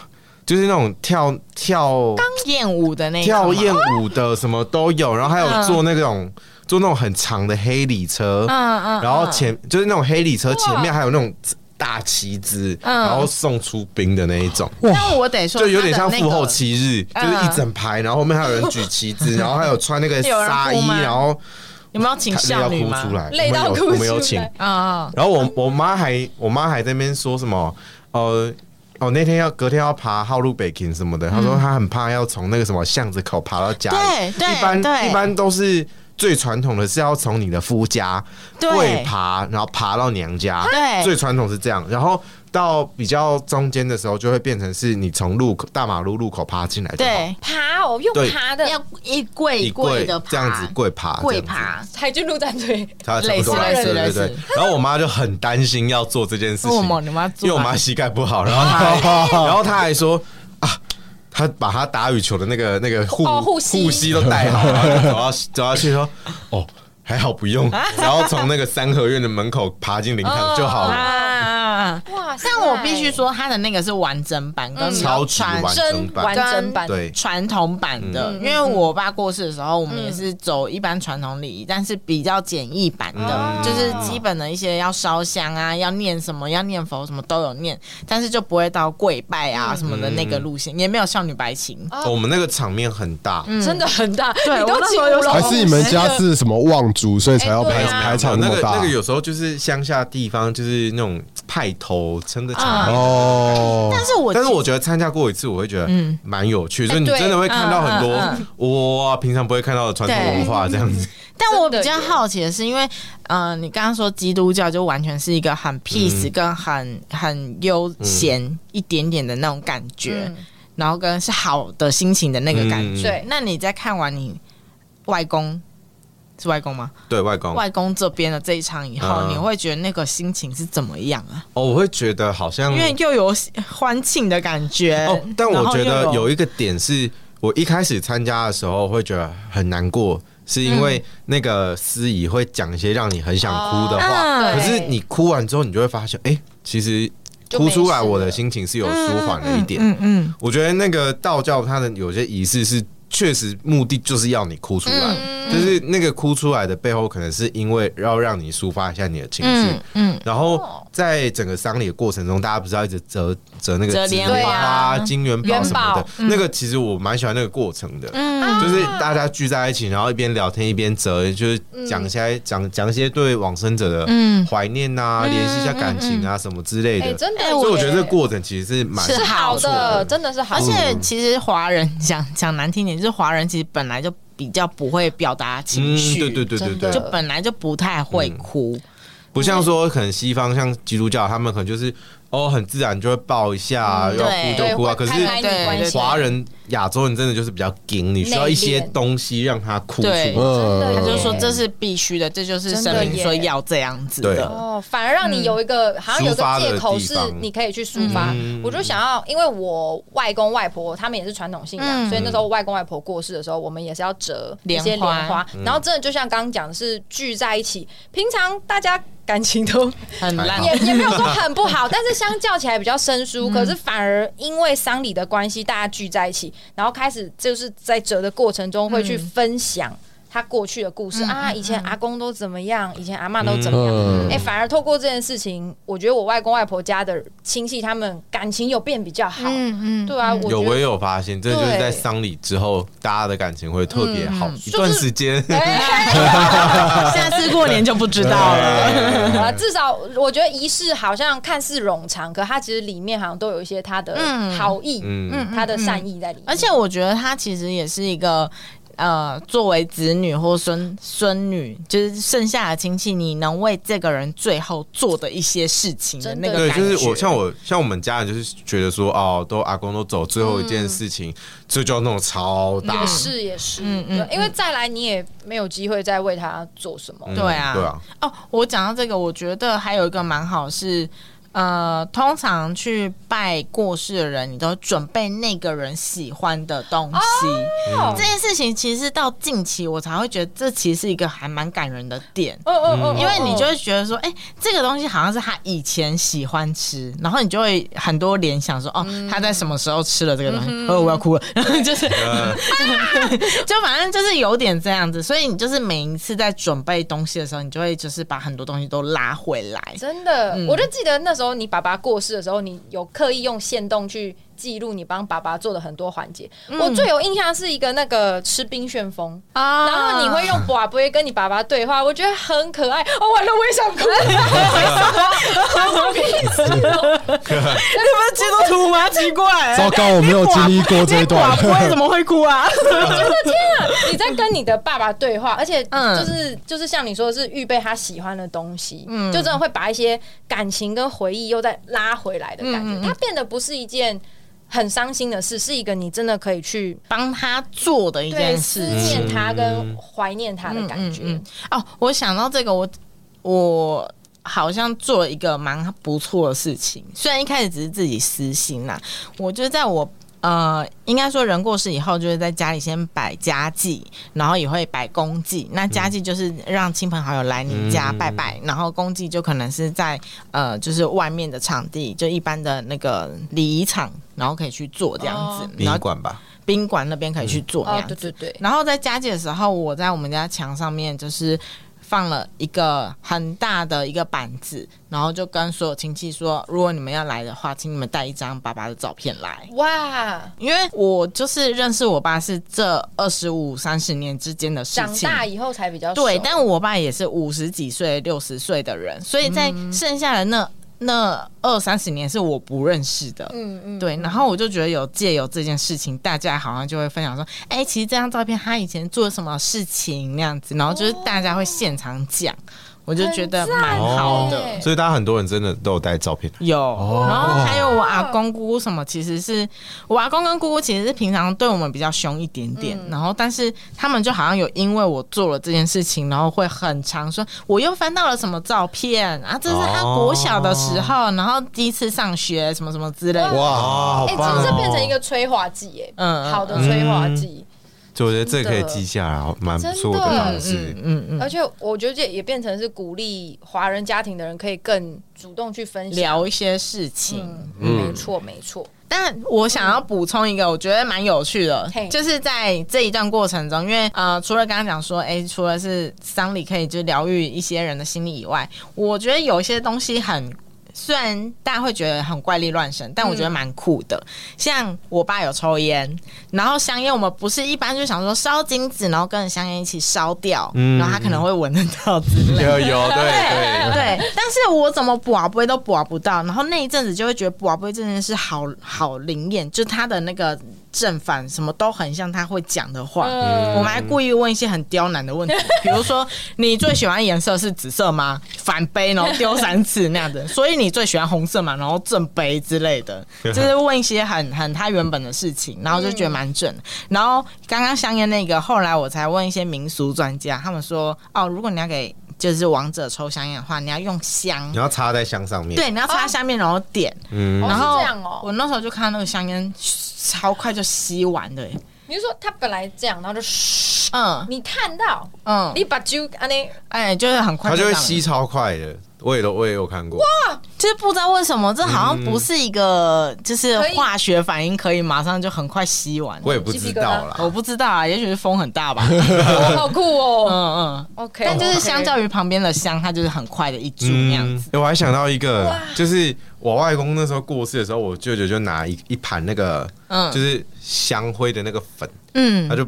就是那种跳跳
艳舞的那一
跳
种嘛
艳舞的什么都有，然后还有做那种做那种很长的黑礼车，
嗯嗯
然后前就是那种黑礼车前面还有那种大旗子，
嗯
然后送出兵的那一种。
但我得说，
就有点像
复
复后七日，就是一整排，然后后面还有人举旗 子，然后还有穿那个
有人嗯哭
纱衣，
吗
然后
有没有请
他累
少
到
女
哭
吗？
出来，
累到
我们
哭
有我们有
出
请
来，
啊，
然后我我妈还我妈还在那边说什么，呃。哦，那天要隔天要爬浩路北京什么的，
嗯
她说她很怕要从那个什么巷子口爬到家里。
对对
一般
对
一般都是最传统的是要从你的夫家
对
跪爬，然后爬到娘家。
对
最传统是这样。然后到比较中间的时候，就会变成是你从路口大马路路口爬进来就好，
对，
爬哦，用
对
爬的，
要一跪
你
一跪的
这样子跪爬，
跪
这样子
爬，
海军陆战 队。
他差不多
类似
对对
类似
对
类似。
然后我妈就很担心要做这件事情，
为什么你妈做啊
因为我妈膝盖不 好，然后她
啊
还 然后她还说啊。她把她打羽球的那个那个护
哦护膝
都 带好，然后就走到走到去说哦还好不用，
啊
然后从那个三合院的门口爬进灵堂就好了，
哦啊！
哇塞！
但我必须说，他的那个是完整版，跟你
超
要
级
穿
完整
真
版
完整版，
对
传统版的，
嗯
因为我爸过世的时候，我们也是走一般传统礼仪，但是比较简易版的，
嗯
就是基本的一些要烧香啊，要念什么，要念佛什么都有念，但是就不会到跪拜
嗯
啊什么的那个路线，也没有少女白情。
哦
我们那个场面很大，
嗯
真的很大。
对
你
我
都
那
请
时候有
舞龙
还是你们家
舞狮
是什么望族，所以才要
哎
排
对啊
排场那
那
么
个那
大
个？有时候就是乡下地方，就是那种派头撑的场面
哦，
啊但是我
但是我觉得参加过一次，我会觉得蛮有趣，就是你
对
真的会看到很多
哎嗯
哇，平常不会看到的传统文化这样子。
但我比
真
较
的耶
好奇的是，因为呃，你刚刚说基督教就完全是一个很
嗯
peace 跟很、很悠闲一点点的那种感觉，
嗯
然后跟是好的心情的那个感觉。
嗯
对
那你在看完你外公是外公吗？
对外公
外公这边的这一场以后，
哦
你
嗯
会觉得那个心情是怎么样啊？
哦，我会觉得好像
因为又有欢庆的感觉，
嗯哦，但
然
我
后
觉
又
得
有
有一个点是我一开始参加的时候会觉得很难过，是因
嗯
为那个司仪会讲一些让你很想哭的话，
哦
对
嗯可是你哭完之后，你就会发现，哎，其实
就
哭
没
出来
事
我的
了
心情是有舒缓了一点。
嗯嗯，
我觉得那个道教它的有些仪式是确实目的就是要你哭出来，就是那个哭出来的背后可能是因为要让你抒发一下你的情绪。
嗯嗯，
然后在整个丧礼的过程中，大家不是要一直折折那个
折
纸
莲
花
花
啊、金元宝什么
元
的
宝？
那个其实我蛮喜欢那个过程的，就是大家聚在一起，然后一边聊天一边折，就是讲一些讲讲一些对往生者的
嗯
怀念啊，联系一下感情啊什么之类
哎，
的。
真的，
所以我觉得这个过程其实是蛮
是
是啊好
好
的，真的是好
而
的。
且其实华人讲讲难听点，就是华人其实本来就比较不会表达情绪、
嗯对对对嗯对
真
对，
的
就本来就不太会哭，
不像说可能西方像基督教，他们可能就是哦很自然就会抱一下啊，
嗯
要
对
哭就
对，
哭啊。可
会
是
开开你
对
关
对
系
华人亚洲人真的就是比较硬，你需要一些东西让他哭出
对
真
来。
的
他
嗯
就说这是必须的，这就是生
真的
命
耶
说要这样子的。
哦，反而让你有一个、好像有一个借口是
抒发的地方
你可以去抒发。
嗯
我就想要，因为我外公外婆他们也是传统信仰，
嗯
所以那时候外公外婆过世的时候，我们也是要折一
莲
些莲
花
花。
嗯
然后真的就像刚刚讲的是聚在一起，平常大家感情都
很 烂，
也也没有说很不好，但是相较起来比较生疏。
嗯
可是反而因为丧
嗯
礼的关系，大家聚在一起，然后开始就是在折的过程中会去分享。他过去的故事、啊，以前阿公都怎么样，以前阿嬷都怎么样，哎、
嗯
反而透过这件事情，我觉得我外公外婆家的亲戚他们感情有变比较好，
嗯嗯，
对啊，我
有
觉
我
得
也有发现，这就是
对
在丧礼之后，大家的感情会特别好
嗯
一段时间。
哎
下次过年就不知道了。
啊，至少我觉得仪式好像看似冗长，可它其实里面好像都有一些它的
嗯
好意，
嗯，
它的善意在里面。
而且我觉得他其实也是一个。呃，作为子女或孙孙女，就是剩下的亲戚，你能为这个人最后做的一些事情的那个
真
对，
的
感觉，
就是我像我像我们家人就是觉得说，哦，都阿公都走，最后一件事情，这就要弄超大
也。是也是，
嗯嗯
对因为再来你也没有机会再为他做什么。
嗯
对啊
对啊，
哦，我讲到这个，我觉得还有一个蛮好是，呃，通常去拜过世的人，你都准备那个人喜欢的东西。
哦
这件事情其实到近期我才会觉得，这其实是一个还蛮感人的点。
嗯嗯嗯，
因为你就
嗯
会觉得说，哎、这个东西好像是他以前喜欢吃，然后你就会很多联想说，哦，他在什么时候吃了这个东西？哦，我要哭了， 就是，
嗯
就反正就是有点这样子，所以你就是每一次在准备东西的时候，你就会就是把很多东西都拉回来。
嗯真的，
嗯
我就记得那时候你爸爸过世的时候，你有刻意用线动去记录你帮爸爸做的很多环节。
嗯
我最有印象是一个那个吃冰旋风。
啊
然后你 会用宝贝跟你爸爸对话，我觉得很可爱。哦，完了，我也想 哭， 什么意思哦？
你不是基督徒吗？奇怪、欸
糟糕，我没有经历过这一 段。
不会怎么会哭啊？
你在跟你的爸爸对话，而且
嗯
就是、就是像你说的是预备他喜欢的东西，
嗯
就真的会把一些感情跟回忆又再拉回来的感觉，
嗯
它变得不是一件很伤心的事，是一个你真的可以去
帮他做的一
对
件
思
事情。
念他跟怀念他的感觉。
嗯嗯哦，我想到这个，我我好像做了一个蛮不错的事情，虽然一开始只是自己私心啦，我就在我。呃，应该说人过世以后，就是在家里先摆家祭，然后也会摆公祭。那家
嗯
祭就是让亲朋好友来你家拜拜，然后公祭就可能是在呃，就是外面的场地，就一般的那个礼仪场，然后可以去做这样子。
殡
然
仪
后
馆吧，
宾馆那边可以去做那
哦
样，子
对对对，
然后在家祭的时候，我在我们家墙上面就是放了一个很大的一个板子，然后就跟所有亲戚说，如果你们要来的话，请你们带一张爸爸的照片来。
哇，
因为我就是认识我爸是这二十五三十年之间的事
长
情，
大以后才比较熟哎
对，但我爸也是五十几岁、六十岁的人，所以在剩下的那、那二三十年是我不认识的，
嗯嗯，
对，然后我就觉得有借由这件事情，大家好像就会分享说，哎、其实这张照片他以前做什么事情那样子，然后就是
哦
大家会现场讲，我就觉得蛮好的。
对
哦所以大家很多人真的都有带照片。
有，然后还有我阿公姑姑什么，其实是我阿公跟姑姑其实是平常对我们比较凶一点点，
嗯
然后但是他们就好像有因为我做了这件事情，然后会很常说我又翻到了什么照片啊，这是他国小的时候，然后第一次上学什么什么之类的，
哇，哦好
哎、
棒
其实这变成一
哦！
个催化剂，哎、
嗯嗯
好的催化剂。
就我觉得这可以
真的
记下来，好蛮不错的
真的
方式。
嗯嗯。
而且我觉得这也变成是鼓励华人家庭的人可以更主动去分享。
聊一些事情。
嗯，没错没错，
但我想要补充一个，我觉得蛮有趣的
嘿，
就是在这一段过程中，因为呃，除了刚刚讲说，哎、除了是丧礼可以就疗愈一些人的心理以外，我觉得有一些东西很。虽然大家会觉得很怪力乱神，但我
嗯
觉得蛮酷的。像我爸有抽烟，然后香烟我们不是一般就想说烧金纸，然后跟着香烟一起烧掉，
嗯
然后他可能会闻得到之
嗯
类的。
有有对对，
对， 但是我怎么卜杯都卜不到，然后那一阵子就会觉得卜杯这件事好好灵验，就他的那个正反什么都很像他会讲的话。
嗯
我们还故意问一些很刁难的问题，比如说你最喜欢的颜色是紫色吗？反杯然后丢三次那样的，所以你最喜欢红色嘛，然后正杯之类的，就是问一些很很他原本的事情，然后就觉得蛮正。然后刚刚香烟那个，后来我才问一些民俗专家，他们说哦，如果你要给就是王者抽香烟的话，你要用香
你，要插在香上面。
对，你要插下面然后点，
嗯，
哦
然后
是这样哦
我那时候就看到那个香烟超快就吸完的、欸
你是说他本来这样，然后就嘘，
嗯
你看到，
嗯，
你把酒安尼，
哎、就是很快
它就会
这样
吸超快的，我也都我也有看过。
就是不知道为什么，这好像不是一个
嗯
就是
可以
化学反应可以马上就很快吸完。
我也不知道啦，
我不知道啊，也许是风很 大吧。
哦好酷
嗯嗯，
哦。OK，
但就是相较
于
于旁边的香，它就是很快的一株那样子。
嗯欸我还想到一个，就是我外公那时候过世的时候，我舅舅就拿一一盘那个，
嗯
就是香灰的那个粉，他
嗯，
就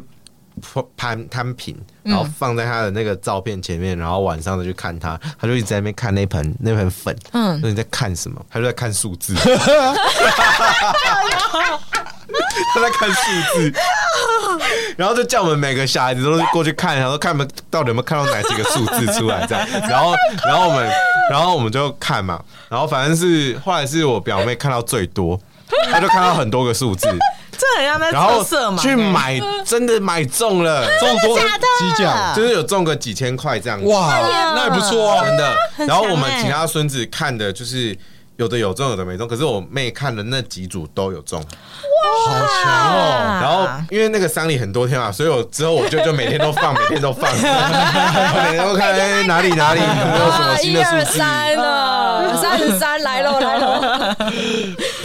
铺摊摊平，然后放在他的那个照片前面，然后晚上他就看他，他就一直在那边看那盆那盆粉，
嗯哎
嗯，说你在看什么？他就在看数 字， 他在看数字。然后就叫我们每个小孩子都是过去看，然后看我们到底有没有看到哪几个数字出来，这样。然后，然后我们，然后我们就看嘛。然后反正是后来是我表妹看到最多，她就看到很多个数 字，
这很像在
然后
测色盲。
去买，真的买 中了，
中多几奖，
就是有中个几千块这样子。
哇，那也不错哦。
真的。
很强
啊然后我们
欸
其他孙子看的就是有的有中，有的没中。可是我妹看的那几组都有中。
好强哦！
然后因为那个丧礼很多天嘛，所以我之后我舅舅每天都放，每天都放，每天都看哎哪里哪里有没有什么新
一
的
二
数字。
三啊呢，三十三来 喽来喽，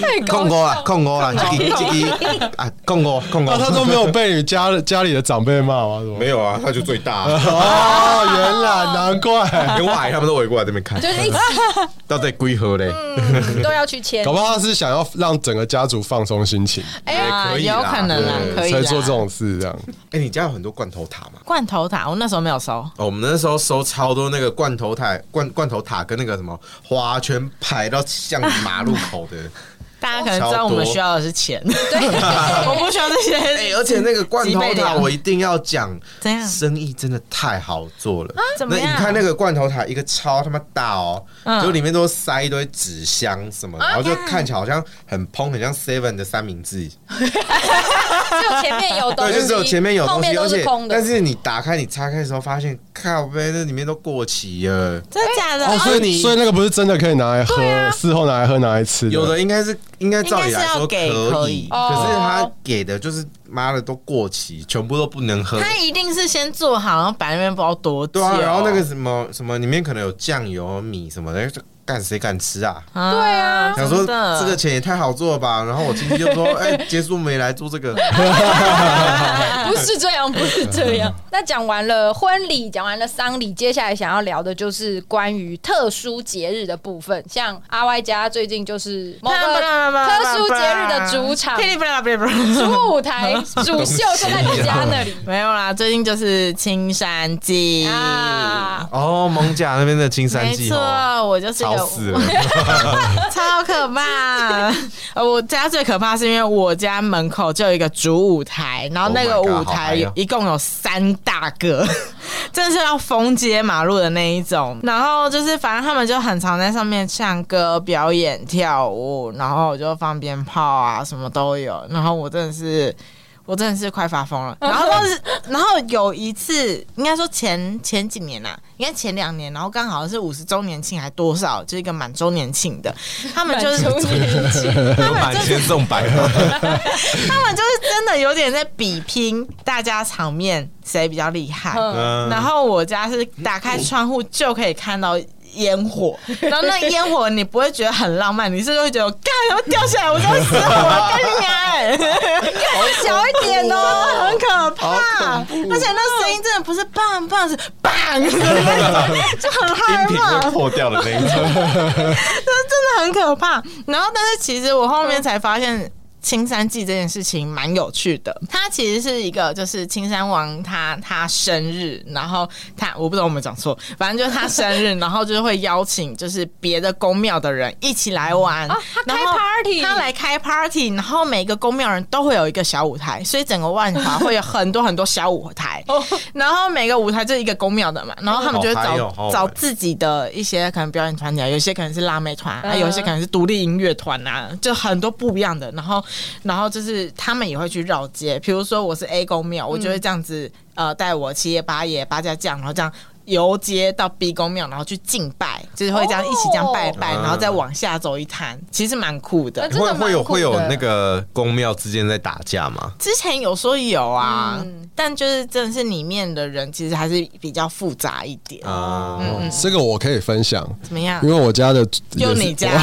太高
控
兴
勾啦，控勾啦，这个这个啊，控勾控勾
那，哦他都 没有被家家里的长辈骂吗？
没有啊，他就最大啊，
哦，原来难怪，
连我阿姨他们都围过来这边看，
就是一起
到底归何嘞？
嗯都要去签
搞。不好他是想要让整个家族放松心情，
哎，
啊
可以啦
有可能啦
对，
可以啦
才做这种事这样。
哎，你家有很多罐头塔吗？
罐头塔，我那时候没有收。
哦，我们那时候收超多那个罐头塔、罐罐头塔跟那个什么花圈排到像马路口的，
大家可能知道我们需要的是钱， 我不需要这些。
哎、而且那个罐头
几倍
塔
量
我一定要讲，
怎样啊
生意真的太好做了。
怎么
那
样
你看那个罐头塔，一个超他妈大哦，
嗯啊
就里面都塞一堆纸箱什么的，然后就看起来好像很蓬，很像 Seven 的三明治，
只有前面有东
对，
西，
就是只有前面有
后
东西，
面都
而
是
且
空的。
但是你打开你拆开的时候，发现靠呗，那里面都过期了。
真的假的？
哦，所
啊
以
你
所以那个不是真的可以拿来喝，
啊
事后拿来喝，拿来吃的。
有的应该是应该照理
应
来说
该是要给
可
可
以
以，
可
哦
是他给的就是妈的都过期，全部都不能喝。
他一定是先做好，然后摆那边不知道多久。
对啊，然后那个什么什么里面可能有酱油、米什么的，就干谁敢吃啊？
啊
对啊
想说
真的
这个钱也太好做了吧，然后我亲 戚就说：“哎，结束没来做这个。
不是这样，不是这样。那讲完了婚礼，讲完了丧礼，接下来想要聊的就是关于特殊节日的部分。像阿 Y 家最近就是某个特殊节日的主场
噼、里啪啦噼里啪啦。
主舞台、主秀就在你家那里
没有啦，最近就是青山鸡。
啊！”
哦，蒙甲那边的青山
没
记
错
哦，，
我就是
吵
个
死了，
超可 怕。呃，我家最可怕是因为我家门口就有一个主舞台，然后那个
Oh my god，
舞台
好嗨
有
哦
一共有三大个， 真的是要封街马路的那一种。然后就是反正他们就很常在上面唱歌、表演、跳舞，然后我就放鞭炮啊，什么都有。然后我真的是。我真的是快发疯了， 然后但是，然后有一次，应该说前前几年啦、应该前两年，然后刚好是五十周年庆还多少，就是一个满周年庆的，他们就是
满周年庆
有满千送百嘛。
他们就是真的有点在比拼大家场面谁比较厉害。
嗯，
嗯
然后我家是打开窗户就可以看到。烟火，然后那烟火你不会觉得很浪漫，你是会觉得干，要掉下来我就会死火，我跟你啊讲，
小一点哦。
很可怕，
好
而且那声音真的不是棒棒，是棒，就很害
音频
怕，
会破掉的那一种，
真的很可怕。然后，但是其实我后面才发现。青山祭这件事情蛮有趣的，它其实是一个就是青山王他他生日，然后他我不知道我有没有讲错，反正就是他生日，然后就会邀请就是别的宫庙的人一起来玩，
啊他开
然后
party
他来开 party，然后每个宫庙人都会有一个小舞台，所以整个万华会有很多很多小舞 台，
哦
然后每个舞台就是一个宫庙的嘛，然后他们就会
好
找、
嗨哦好好玩
找自己的一些可能表演团体啊，有些可能是辣妹团，啊，
嗯
有些可能是独立音乐团啊，就很多不一样的。然后，然后就是他们也会去绕
嗯
街，比如说我是 A 公庙，我就会这样子、呃带我七爷八爷八家将，然后这样。游街到 B 公庙，然后去敬拜，就是会这样一起这样拜拜，
哦
然后再往下走一摊，其实蛮酷的
那。 真
会
的
会有
蛮酷
会有
的
那个公庙之间在打架吗？
之前有说有啊，
嗯
但就是真的是里面的人其实还是比较复杂一点。
啊、
嗯
哦这个我可以分享，
怎么样
因？为我家的
嗯就
也是
你家，
然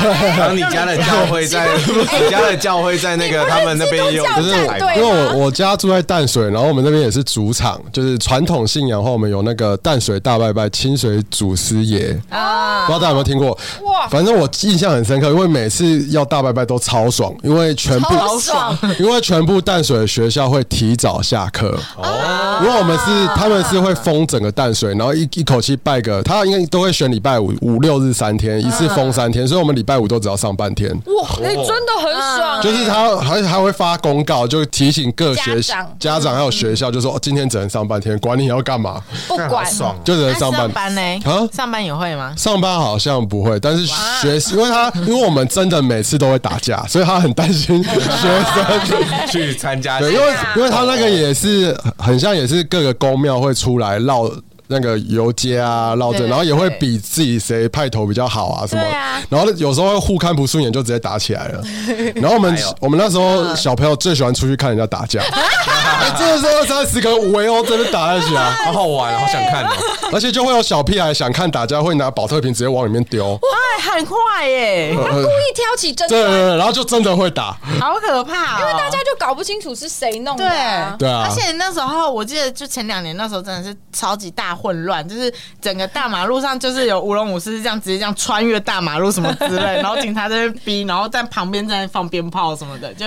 后 你家的教会 在，你家的教会在那个他们那边也有，
不
不是
战
我，
队
因为
吗
我我家住在淡水，然后我们那边也是主场，就是传统信仰的话，我们有那个淡水大拜拜清水祖师爷，
哦
不知道大家有没有听过？
啊哇，
反正我印象很深刻，因为每次要大拜拜都超爽，因为全部
好爽，
因为全部淡水的学校会提早下课，
啊
哦，
因为我们是他们是会封整个淡水，然后一一口气拜个，他应该都会选礼拜五五六日三
嗯
天，一次封三天，所以我们礼拜五都只要上半天。
哇，哎，真的很爽，
就是他还还会发公告，就提醒各学
家长
家长还有学校，就说、哦、今天只能上半天，管你要干嘛，
不
看好
管
啊爽
就只能
那
上半。
班呢？
啊
上班也会吗？
上班好像不会，但是学，因为他因为我们真的每次都会打架，所以他很担心学
啊
生。
去参加，
对，因为因为他那个也是很像，也是各个公庙会出来绕那个游街啊，绕
对
阵，
对
然后也会
对
比自己谁派头比较好啊什么
对啊。
然后有时候会互看不顺眼，就直接打起 来了。然后我们
哎呦
我们那时候小朋友最喜欢出去看人家 打架，哎真的是二三十个围殴真的打 下去啊，
好好玩，好想看哦。
而且就会有小屁孩想看打架，会拿保特瓶直接往里面丢。
哎，很快耶，
呃
故意挑起争
对对
端，
对，然后就真的会打，
好可怕哦！因为
大家就搞不清楚是谁弄的啊
对。
对啊
而且那时候我记得，就前两年那时候真的是超级大混乱，就是整个大马路上就是有舞龙舞狮这样直接这样穿越大马路什么之类，然后警察在那边逼，然后在旁边在那放鞭炮什么的， 就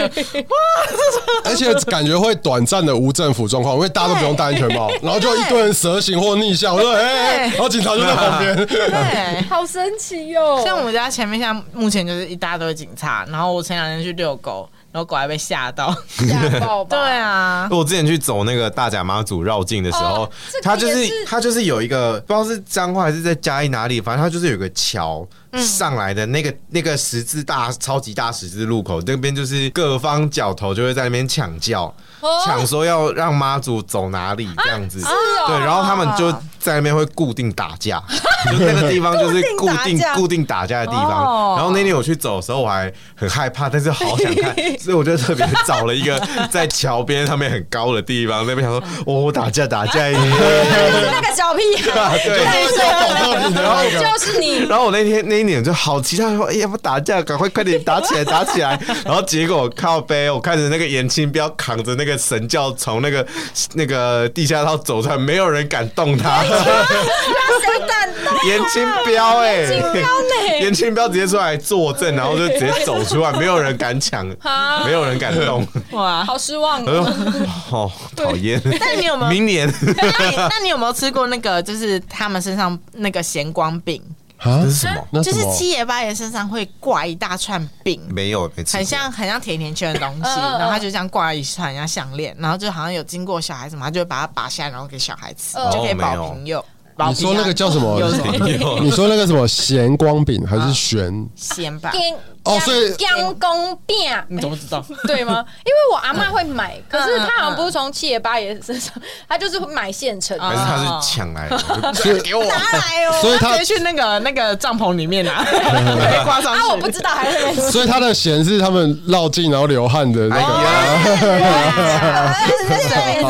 而且感觉会短暂的无政府状况，因为大家都不用戴安全 帽，然后就一堆人蛇行或逆向，我说哎，然后警察就在旁 边。啊
对。
好神奇哟！
像我们家前面，像目前就是一大堆警察，然后我前两天去遛狗，然后狗还被吓到。
家暴吧，
对啊，
我之前去走那个大甲妈祖绕境的时候
哦这，个
它就是
也是
它就是有一个不知道是彰化还是在嘉义哪里，反正它就是有个桥上来的那个那个十字大超级大十字路口，那边就是各方角头就会在那边抢叫，
哦，
抢说要让妈祖走哪里这样子。
哦
对，然后他们就在那边会固定打架，就那个地方就是
固
固
定打
定
架
固定打架的地方
哦。
然后那天我去走的时候，我还很害怕，但是好想看，所以我就特别找了一个 在桥边上面很高的地方，那边想说，哦，打架打架耶，
就是那个小屁孩，
对。
就是要保特瓶的那个
就 是你，
然后我那天那一年就好期待说，哎、要不打架，赶快快点打起来，打起来。 然后结果靠背，我看着那个严清标扛着那个神教从那个 那个地下道走出来，没有人敢动他。
那谁敢动？
严清标哎、
严清标呢
严清标直接出来作证，然后就直接走出来，没有人敢抢，
啊
没有人敢动。
啊哇！
好失望
我说
哦！
好讨厌。
但你有没有
明 年
那你那你有没有吃过那个，就是他们身上那个咸光饼，
啊
这是什么？
那
就
什
是
么？
七爷八爷身上会挂一大串饼，
没有，没吃过
很像很像甜甜圈的东西，
嗯嗯嗯
然后他就这样挂一串，像项链，然后就好像有经过小孩子嘛，他就会把它拔下来，然后给小孩吃，
哦
就可以保平佑。保
你
平安
说那个叫什么
有什么
没有。啊
你说那个什么咸光饼还是玄？
咸吧？
姜
哦所以
姜公饼
你怎么知道？
对吗？因为我阿妈会买，可是她好像不是从七爷八爷身上，她就是会买现成
还
的。
是他是抢来的？
是
给我
拿来哦，
所以他
直接去那个那个帐篷里面拿，被挂上去。
啊，我不知道，还是没
所以他的咸是他们绕境然后流汗的那
哎
个
对，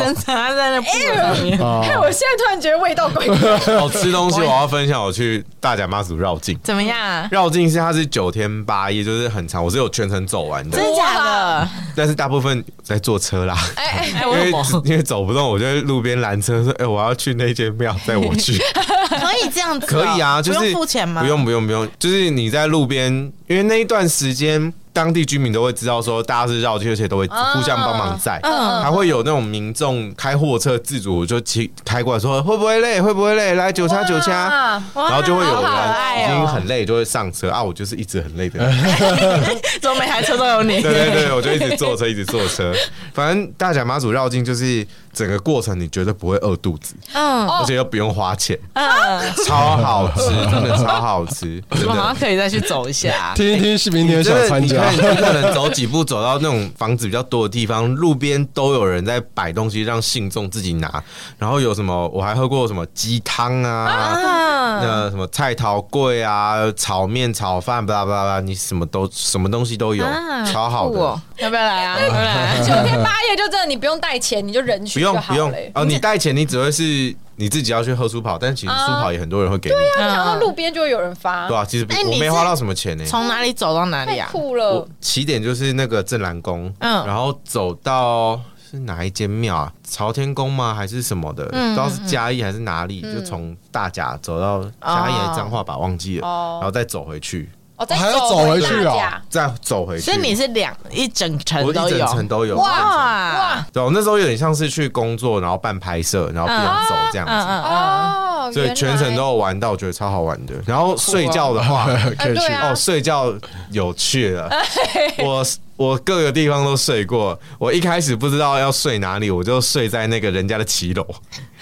人藏在那布上面。
哎，
啊。。
我现在突然觉得味道怪怪。
哦，吃东西我要分享，我去大甲妈祖绕境。
怎么样？
绕境是它是九天八夜，就是很长，我是有全程走完的，
真的假的？
但是大部分在坐车啦。
哎哎，
哎，
因
我
为
有梦
因为走不动，我就在路边拦车说：“哎、我要去那间庙，带我 去。
可以这样子哦，
可以啊，就是
不用付钱吗？
不用不用不用，就是你在路边，因为那一段时间当地居民都会知道说大家是绕去，而且都会互相帮忙载。
啊嗯
还会有那种民众开货车自主就骑开过来说会不会累会不会累来九掐九掐，
啊，
哇
然后就会有
好可
人
爱
已
哦
经很累就会上车啊，我就是一直很累的人，
怎么 每台车都有你？
对对对，我就一直坐车，一直坐车。反正大甲妈祖绕境就是整个过程你绝对不会饿肚子，
嗯
而且又不用花钱，
嗯，
超好 吃，真的超好吃，真
我好
的
像。可以再去走一下
听一听，是明天
你
想
真的，
参
你
加
看，你一个人走几步，走到那种房子比较多的地方，路边都有人在摆东西让信众自己拿。然后有什么，我还喝过什么鸡汤啊，
嗯，
那什么菜桃桂啊，炒面、炒饭，巴拉巴拉巴拉，你什么都什么东西都有，
啊
超好
酷哦
的。
要不要来啊？要不要来 啊？
九天八夜就真的你不用带钱，你就人
不
去就
用不
好
用
了、欸。
哦，你带钱你只会是你自己要去喝书跑，但其实书跑也很多人会给你，
然后
嗯
路边就会有人发，
对啊，其实
哎
我
你
没
是
花到什么钱呢、
从哪里走到哪里
太
啊？
酷
我
了。
起点就是那个镇澜宫，
嗯
然后走到是哪一间庙啊？朝天宫吗？还是什么的？
嗯哦
不知道是嘉义还是哪里，就从大甲走到嘉义还是彰化吧，忘记了，
哦
然后再走回去，
哦，再
还要走
回
回去
大
哦
甲
再走回去。
所以你是两一整层
我一
都
整
有，
程都有，哇！
哇
哇
对，啊我那时候有点像是去工作，然后办拍摄，然后边走这样子。
嗯嗯
哦，
啊所以全程
原来
都有玩到，觉得超好玩的。然后睡觉的 话，
可以
对
去。
啊
哦，睡觉有趣了。 我我各个地方都睡过。我一开始不知道要睡哪里，我就睡在那个人家的骑楼，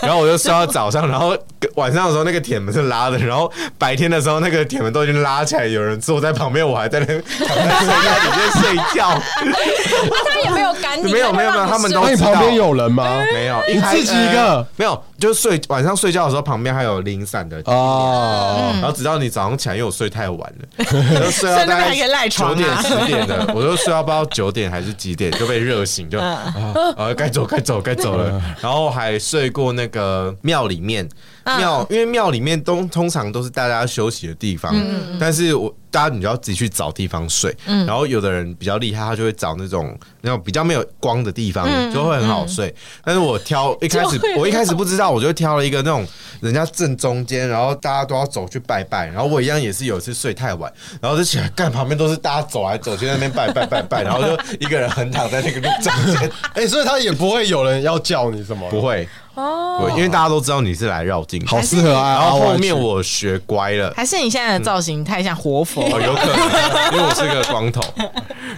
然后我就睡到早上，然后晚上的时候那个铁门是拉的，然后白天的时候那个铁门都已经拉起来，有人坐在旁边，我还在那躺在睡袋 里面睡觉。
那他也没有赶你，
没有没有没有他们都
那你旁边有人吗？
没有，
你自己一个
呃没有，就是睡晚上睡觉的时候旁边还有零散的啊
哦，
然后直到你早上起来，因为我睡太 晚了，就
嗯所
睡到
以那
大
边还可以
概
赖
九
床
点
啊
十点的， 我就睡到不知道九点还是几点就被热醒，就啊
嗯
啊该走该走该走
嗯
了。然后还睡过那个庙里面，
嗯
庙因为庙里面通通常都是大家休息的地
嗯
方，但是我大家你就要自己去找地方睡。
嗯
然后有的人比较厉害，他就会找那种那种比较没有光的地方，就会很好睡。但是我挑一开始
嗯 就会很
我一开始不知道，我就挑了一个那种人家正中间，然后大家都要走去拜拜，然后我一样也是有一次睡太晚，然后就起来干，旁边都是大家走来走去在那边拜拜 拜拜，然后就一个人横躺在那个路中间，
哎，所以他也不会有人要叫你什么，
不，会哦，不会因为大家都知道你是来绕境的，
哦
好适合啊。
然后
阿
后
歪去
面我学乖了。
还是你现在的造型太像活佛
哦，有可能，因为我是个光头。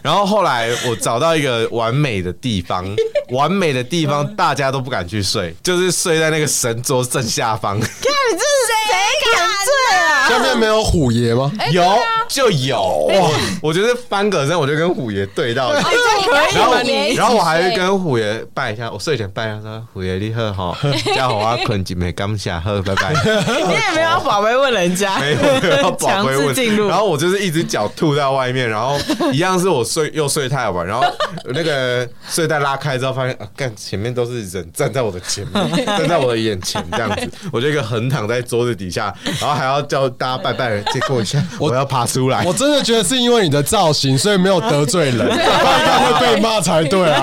然后后来我找到一个完美的地方，完美的地方大家都不敢去睡，就是睡在那个神桌正下方，
你这是谁敢睡啊？
下面没有虎爷吗？
有就有。哇！我就是翻个身，我就跟虎爷对到眼。
哎
哦哎
可以
然后
吗你？
然后我还会跟虎爷拜一下，我睡前拜一下说：“虎爷你好哈，家伙我啊困几枚感谢好，拜拜。”
你也没有要宝贝问人家，
没有 没有宝
强
贝
制
问
进入
然后我就是一只脚吐在外面，然后一样是我睡又睡太晚，然后那个睡袋拉开之后发现啊，干前面都是人站在我的前面，站在我的眼前这样子，我就一个横躺在桌子底下，然后还要叫大家拜拜，结果一下我要爬出来
我。真的觉得是因为你的造型，所以没有得罪人，不然他会被骂才对啊。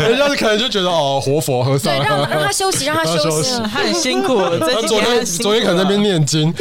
人家可能就觉得哦，活佛和尚
对，。让让他休息，让 他休息。
他很辛苦，这
他
几
昨
天
天
很辛苦
昨天可能在那边念经，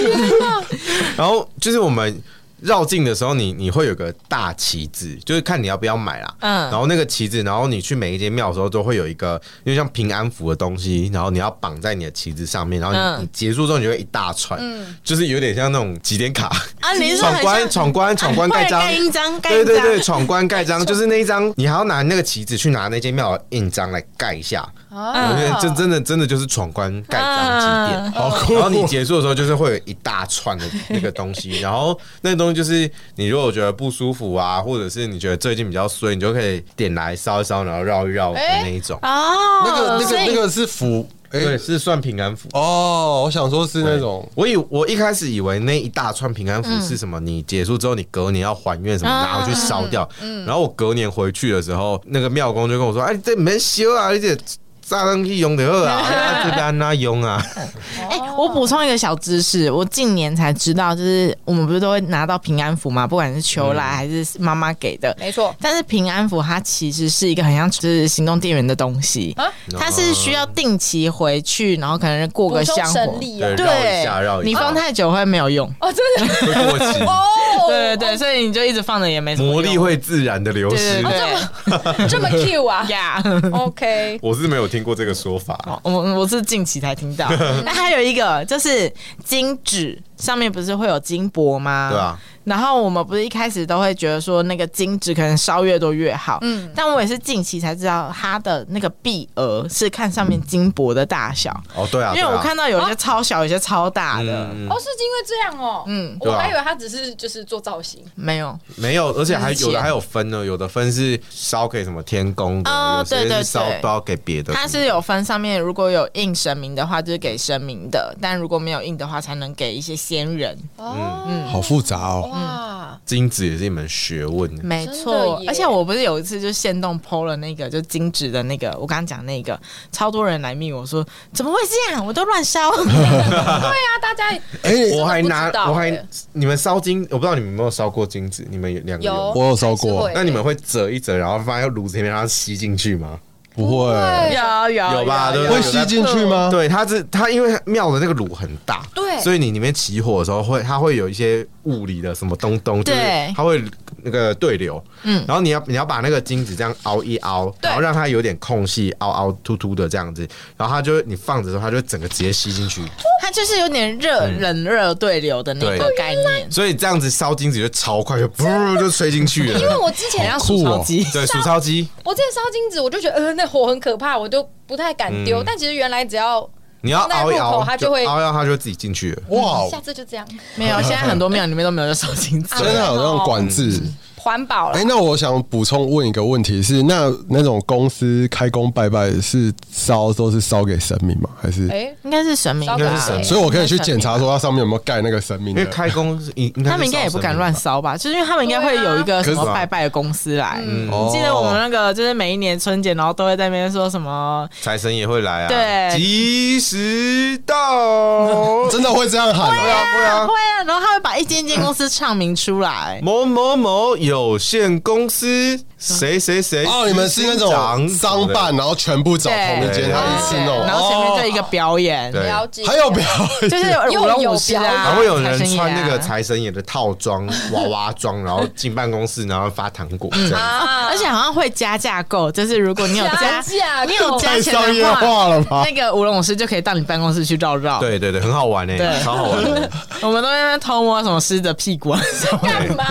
然后就是我们绕境的时候你，你会有个大旗子，就是看你要不要买啦。
嗯
嗯，然后那个旗子，然后你去每一间庙的时候，都会有一个，因为像平安符的东西，然后你要绑在你的旗子上面，然后你,、
嗯
你结束之后，你就会一大串，就是有点像那种几 点卡。
啊，你是说
闯
很
关，
像
闯关，闯关
啊
盖章，
盖印章盖
对
印
对对，
章
闯关盖章，就是那一张，你还要拿那个旗子去拿那间庙的印章来盖一下。
啊
我觉得这真的真的就是闯关盖章几点，
嗯
好酷
然 后你结束的时候，就是会有一大串的那个东西，然后那个东西就是你如果觉得不舒服啊，或者是你觉得最近比较衰，你就可以点来烧一烧，然后绕一绕的那一种。
哦，
那个那
所
个
以
那个是符，哎
对，是算平安符。
哦，我想说是那种
我以我一开始以为那一大串平安符是什么，你结束之后你隔年要还愿什么，
啊
拿回去烧掉。然后我隔年回去的时候，那个庙公就跟我说：“哎，这没修啊，你这炸东西用的好啊，啊这边那用啊。
哎、我补充一个小知识，我近年才知道，就是我们不是都会拿到平安符嘛，不管是求
嗯
来还是妈妈给的。
没错，
但是平安符它其实是一个很像就是行动电源的东西
啊，
它是需要定期回去，然后可能过
补
个
充
香火
神。力啊！
对绕一下绕一下
你放太久会没有用。
哦，真 的
会过期，
哦，
对对对，所以你就一直放着也没什么用
魔力。会自然的流
对
失。
对对
哦这 么 Q 啊
对呀。
！OK，
我是没有听过这个说法。
我我是近期才 听到。那还有一个就是金纸上面不是会有金箔吗？
对啊，
然后我们不是一开始都会觉得说那个金纸可能烧越多越好，
嗯
嗯，但我也是近期才知道它的那个币额是看上面金箔的大小，
哦，对啊，嗯
因为我看
到
到有一些超小，有一些超大的，
哦，是因为这样哦，嗯
嗯，
我
对啊
还以为他只是就是做造型，
没有，
没有，而且还
之前
有的还有分呢，有的分是烧给什么天宫的，
哦
有些
对对对
是烧包给别的。
它是有分上面如果有印神明的话，就是给神明的；但如果没有印的话，才能给一些仙人。
嗯
哦，
好复杂哦。
哇，
金子也是一门学问，
没
真
错
的耶，
而且我不是有一次就限动 PO 了那个就金纸的那个，我刚刚讲那个，超多人来密我说怎么会这样，我都乱 烧。
对啊，大家
哎、
我还拿
真的不知道，
我还
欸
你们烧金，我不知道你们有没有烧过金子，你们两个
有
有吗？
我有烧过
还是会
那你们会折一折，然后放在炉子里面让它吸进去吗？
不会
对
有有
有吧对不对
会吸进去
哦
吗？
对，它是它，因为庙的那个炉很大，
对
所以你里面起火的时候会，它会有一些物理的什么东东，就是
对
它会那个对流，嗯
嗯，
然后你要你要把那个金子这样凹一凹，
对
然后让它有点空隙，凹凹凸凸的这样子，然后它就会你放着的时候，它就会整个直接吸进去，
它就是有点热
嗯
冷热对流的那个
对
概念，
所以这样子烧金子就超快，就噗就吹进去
因为
了。
我之前
很像
酷哦
数钞机。
对，数钞机，
我之前烧金子，我就觉得呃那火很可怕，我就不太敢丢，
嗯
但其实原来只要
你要凹一
那入
凹
口，它就会
凹一凹，它就会自己进去了。
哇，哦
下次就这样
没 有，现在很多庙里面都没有在烧金纸
啊。
真的好像管制。
环保了
哎、。那我想补充问一个问题是，那那种公司开工拜拜是烧都是烧给神明吗？还是？
哎，
应该是神明吧，
应
该是神明
所以我可以去检
哎
查说它上面有没有盖那个神明
因
的
为。开工是应应该是
他们应该也不敢乱
烧
烧吧，就是因为他们应该会有一个什么
对啊
拜拜的公司来。
神明吧。
哦，
你记得我们那个就是每一年春节，然后都会在那边说什么？
财神也会来啊，
对
及时到
真的会这样喊
会
吗？
啊会
啊
啊
会，啊，然后他会把一间间公司唱名出来。
某某某有限公司谁谁谁
哦，你们是那种商办，，然后全部找同一间，
对啊
他一次弄，哦
然后前面就一个表演，
哦对
了解，
哎还有表演
就是 有舞龙舞狮
又有表演
啊，
还会有人
财神爷啊
穿那个。财神爷的套 装、娃娃装，然后进办公室，然后发糖果这样。
啊
而且好像会加架构，就是如果你 有加，
加架构
你有加
太
钱
商业
的
化
话，
了吧？
那个舞龙舞狮就可以到你办公室去绕绕。，
啊对对对，很好玩诶、
对
超好 玩的。
我们都在那边偷摸什么狮的屁股 啊，什么
干嘛？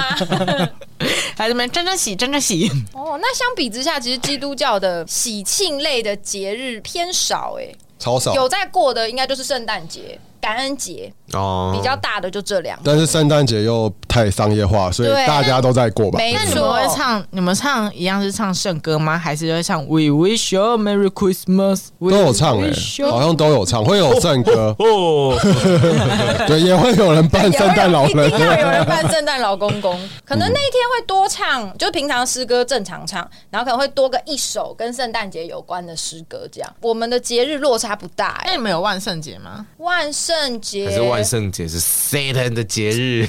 还在那边沾沾喜，沾沾喜。
哦，那相比之下，其实基督教的喜庆类的节日偏少哎、
超少，
有在过的应该就是圣诞节、感恩节，
哦，
比较大的就这两个。
但是圣诞节又太商业化，所以
对
大家都在过吧？
没
那你们
错，
会唱？你们唱一样是唱圣歌吗？还是会唱 We wish you a merry Christmas？都
都有
欸
唱哎、好像都有唱，会有圣歌，
哦，
对，也会有人扮
也会
圣
有
诞老人嗯
一定。要有人扮圣诞老公公。可能那一天会多唱，就是平常诗歌正常唱，然后可能会多个一首跟圣诞节有关的诗歌，这样我们的节日落差不大、
那
哎，
你们有万圣节吗？
万圣节
还是万圣节是 Satan 的 节日，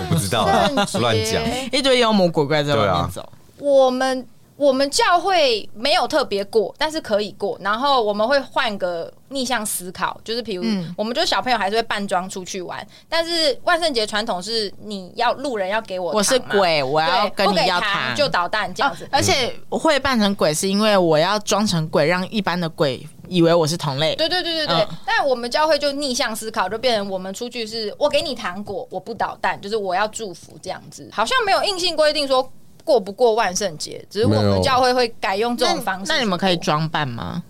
我不知道啊
万圣，节
乱讲。
一堆妖魔鬼怪在外
对啊
面走。
我们我们教会没有特别过，但是可以过。然后我们会换个逆向思考，就是比如，
嗯
我们就小朋友还是会扮装出去玩，但是万圣节传统是你要路人要给我
我是
糖嘛，
鬼，我
对，
要跟
不
你
给
要
糖
糖，哦
就捣蛋这样子。
而且我会扮成鬼，是因为我要装成鬼，让一般的鬼以为我是同类。
对对对对对，
嗯
但我们教会就逆向思考，就变成我们出去是我给你糖果，我不捣蛋，就是我要祝福这样子，好像没有硬性规定说过不过万圣节，只是我
没
们
有
教会会改用这
那
种方式
那你们可以装扮吗？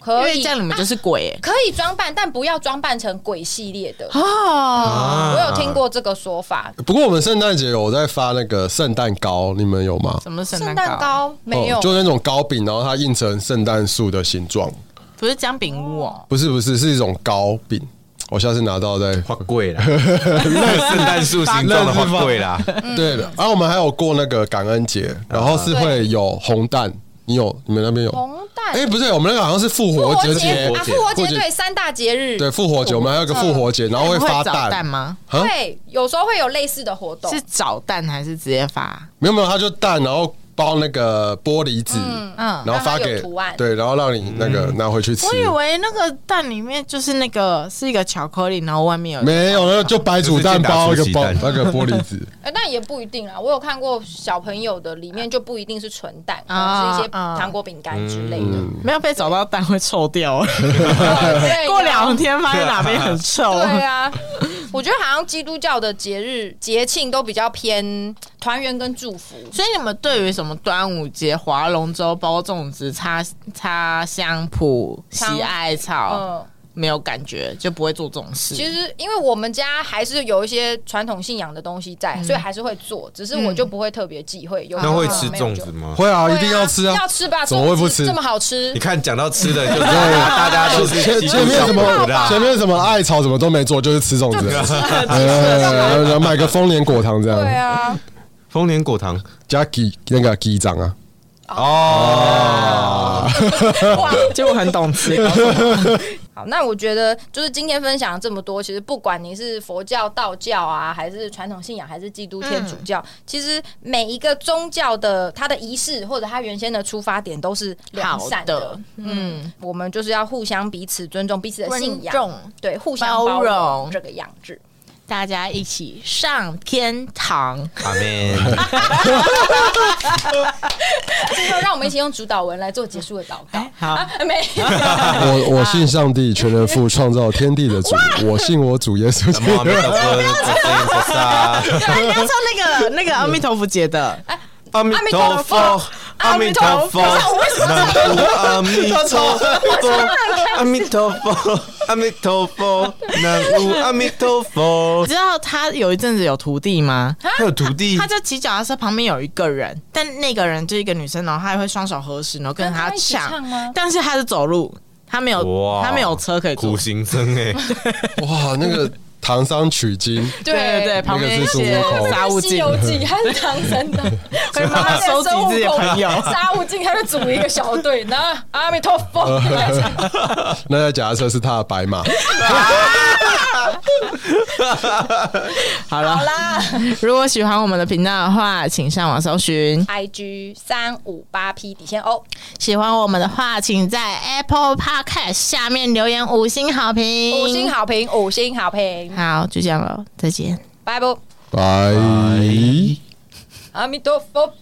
因
可
为
以，啊
这样你们就是鬼欸
可以装扮，但不要装扮成鬼系列的。
哦。
啊
我有听过这个说法，
不过我们圣诞节有在发那个圣诞糕，你们有吗？
什么是
圣
圣
诞
诞糕？
糕没有
哦，就那种糕饼，然后它印成圣诞树的形状，
不是姜饼屋哦。
不是不是，是一种糕饼。我下次拿到再
花 贵啦，圣诞树形状的花贵啦，
对的。然后我们还有过那个感恩节，然后是会有红蛋，你有你们那边有？
红蛋。
哎，不对，我们那个好像是复
复
活
活
节
节啊，，复活
复
节
活节
对三大节日，
对复活节，我们还有一个复活节，然后会
会
发
找嗯蛋
蛋。
吗？
啊
对，有时候会有类似的活动
是。找蛋还是直接发？
没有没有，他就蛋，然后包那个玻璃纸，
嗯
然后发
让它有
给
图案
对，然后让你那个
嗯
拿回去吃
我。以为那个蛋里面就是那个是一个巧克力，然后外面有
没有，那就白煮蛋包一
就
个
是
包
煎蛋
那个玻璃纸，
呃，但也不一定啦。我有看过小朋友的，里面就不一定是纯蛋，可能
啊
是一些糖果、饼干之类的。
没有被找到蛋会臭掉。
对啊
过两天发现哪边很臭。
对啊，我觉得好像基督教的节日节庆都比较偏团圆跟祝福。
所以你们对于什么端午节、划龙舟、包粽子、插插香蒲、
香
洗艾草、
嗯，
没有感觉，就不会做这种事。
其实因为我们家还是有一些传统信仰的东西在，所以还是会做，只是我就不会特别忌讳。有
那会
就好
吃
没有
粽
就
子吗？
会啊，
对
一定要吃啊，
要吃吧，
怎么会不
粽子
吃
这么好吃
你，看，讲到吃的，就是大家都是
前
基督
前面
教
什
徒
么
的啊
前面什么艾草什么都没做，就是吃粽子，
吃
呃然后买个丰年果糖这
对
样，
啊，
丰年果糖
加鸡那个鸡掌啊，
哦。
哇
结果很懂吃，
好，那我觉得就是今天分享了这么多，其实不管你是佛教、道教啊，还是传统信仰，还是基督天主教，其实每一个宗教的它的仪式或者它原先的出发点都是良善
好的
嗯，我们就是要互相彼此尊重彼此的信
观
仰，
众
对，互相
包
包
容
容这个样子。
大家一起上天堂。
阿妹，
最后，让我们一起用主导文来做结束的祷告。
哎好，
啊，没有，
我我信上帝全能父创造天地的主，我信我主耶稣基
南无阿弥陀佛，观世音菩萨，
你要唱那个那个阿弥陀佛节的，
阿弥陀佛，阿弥陀佛，南无阿弥陀佛，阿弥陀佛，阿弥陀佛，南无阿弥陀佛
你。知道他有一阵子有徒弟吗？
还有徒弟
他，在骑脚踏车旁边有一个人，但那个人就是一个女生，然后她还会双手合十，然后跟他
跟她一起唱吗
但是她是走路，她没有
哇
她没有车可以坐
苦。行僧哎，
哇，那个唐僧取经，
对对对，旁边一
那
些
个是孙悟空
沙悟
西
净，
游记》还是唐僧 的，
会慢慢收集自己的朋 友。
沙悟净，他就组了一个小队，然后阿弥陀 佛。
那台脚踏车是他的白马，
好了，
好啦。
如果喜欢我们的频道的话，请上网搜寻；
IG 三五八 P 底线哦。
喜欢我们的话，请在 Apple Podcast 下面留言五星好评，
五星。好评，五星好评，
好，就这样了，再见。
拜拜，
拜。
阿弥陀佛。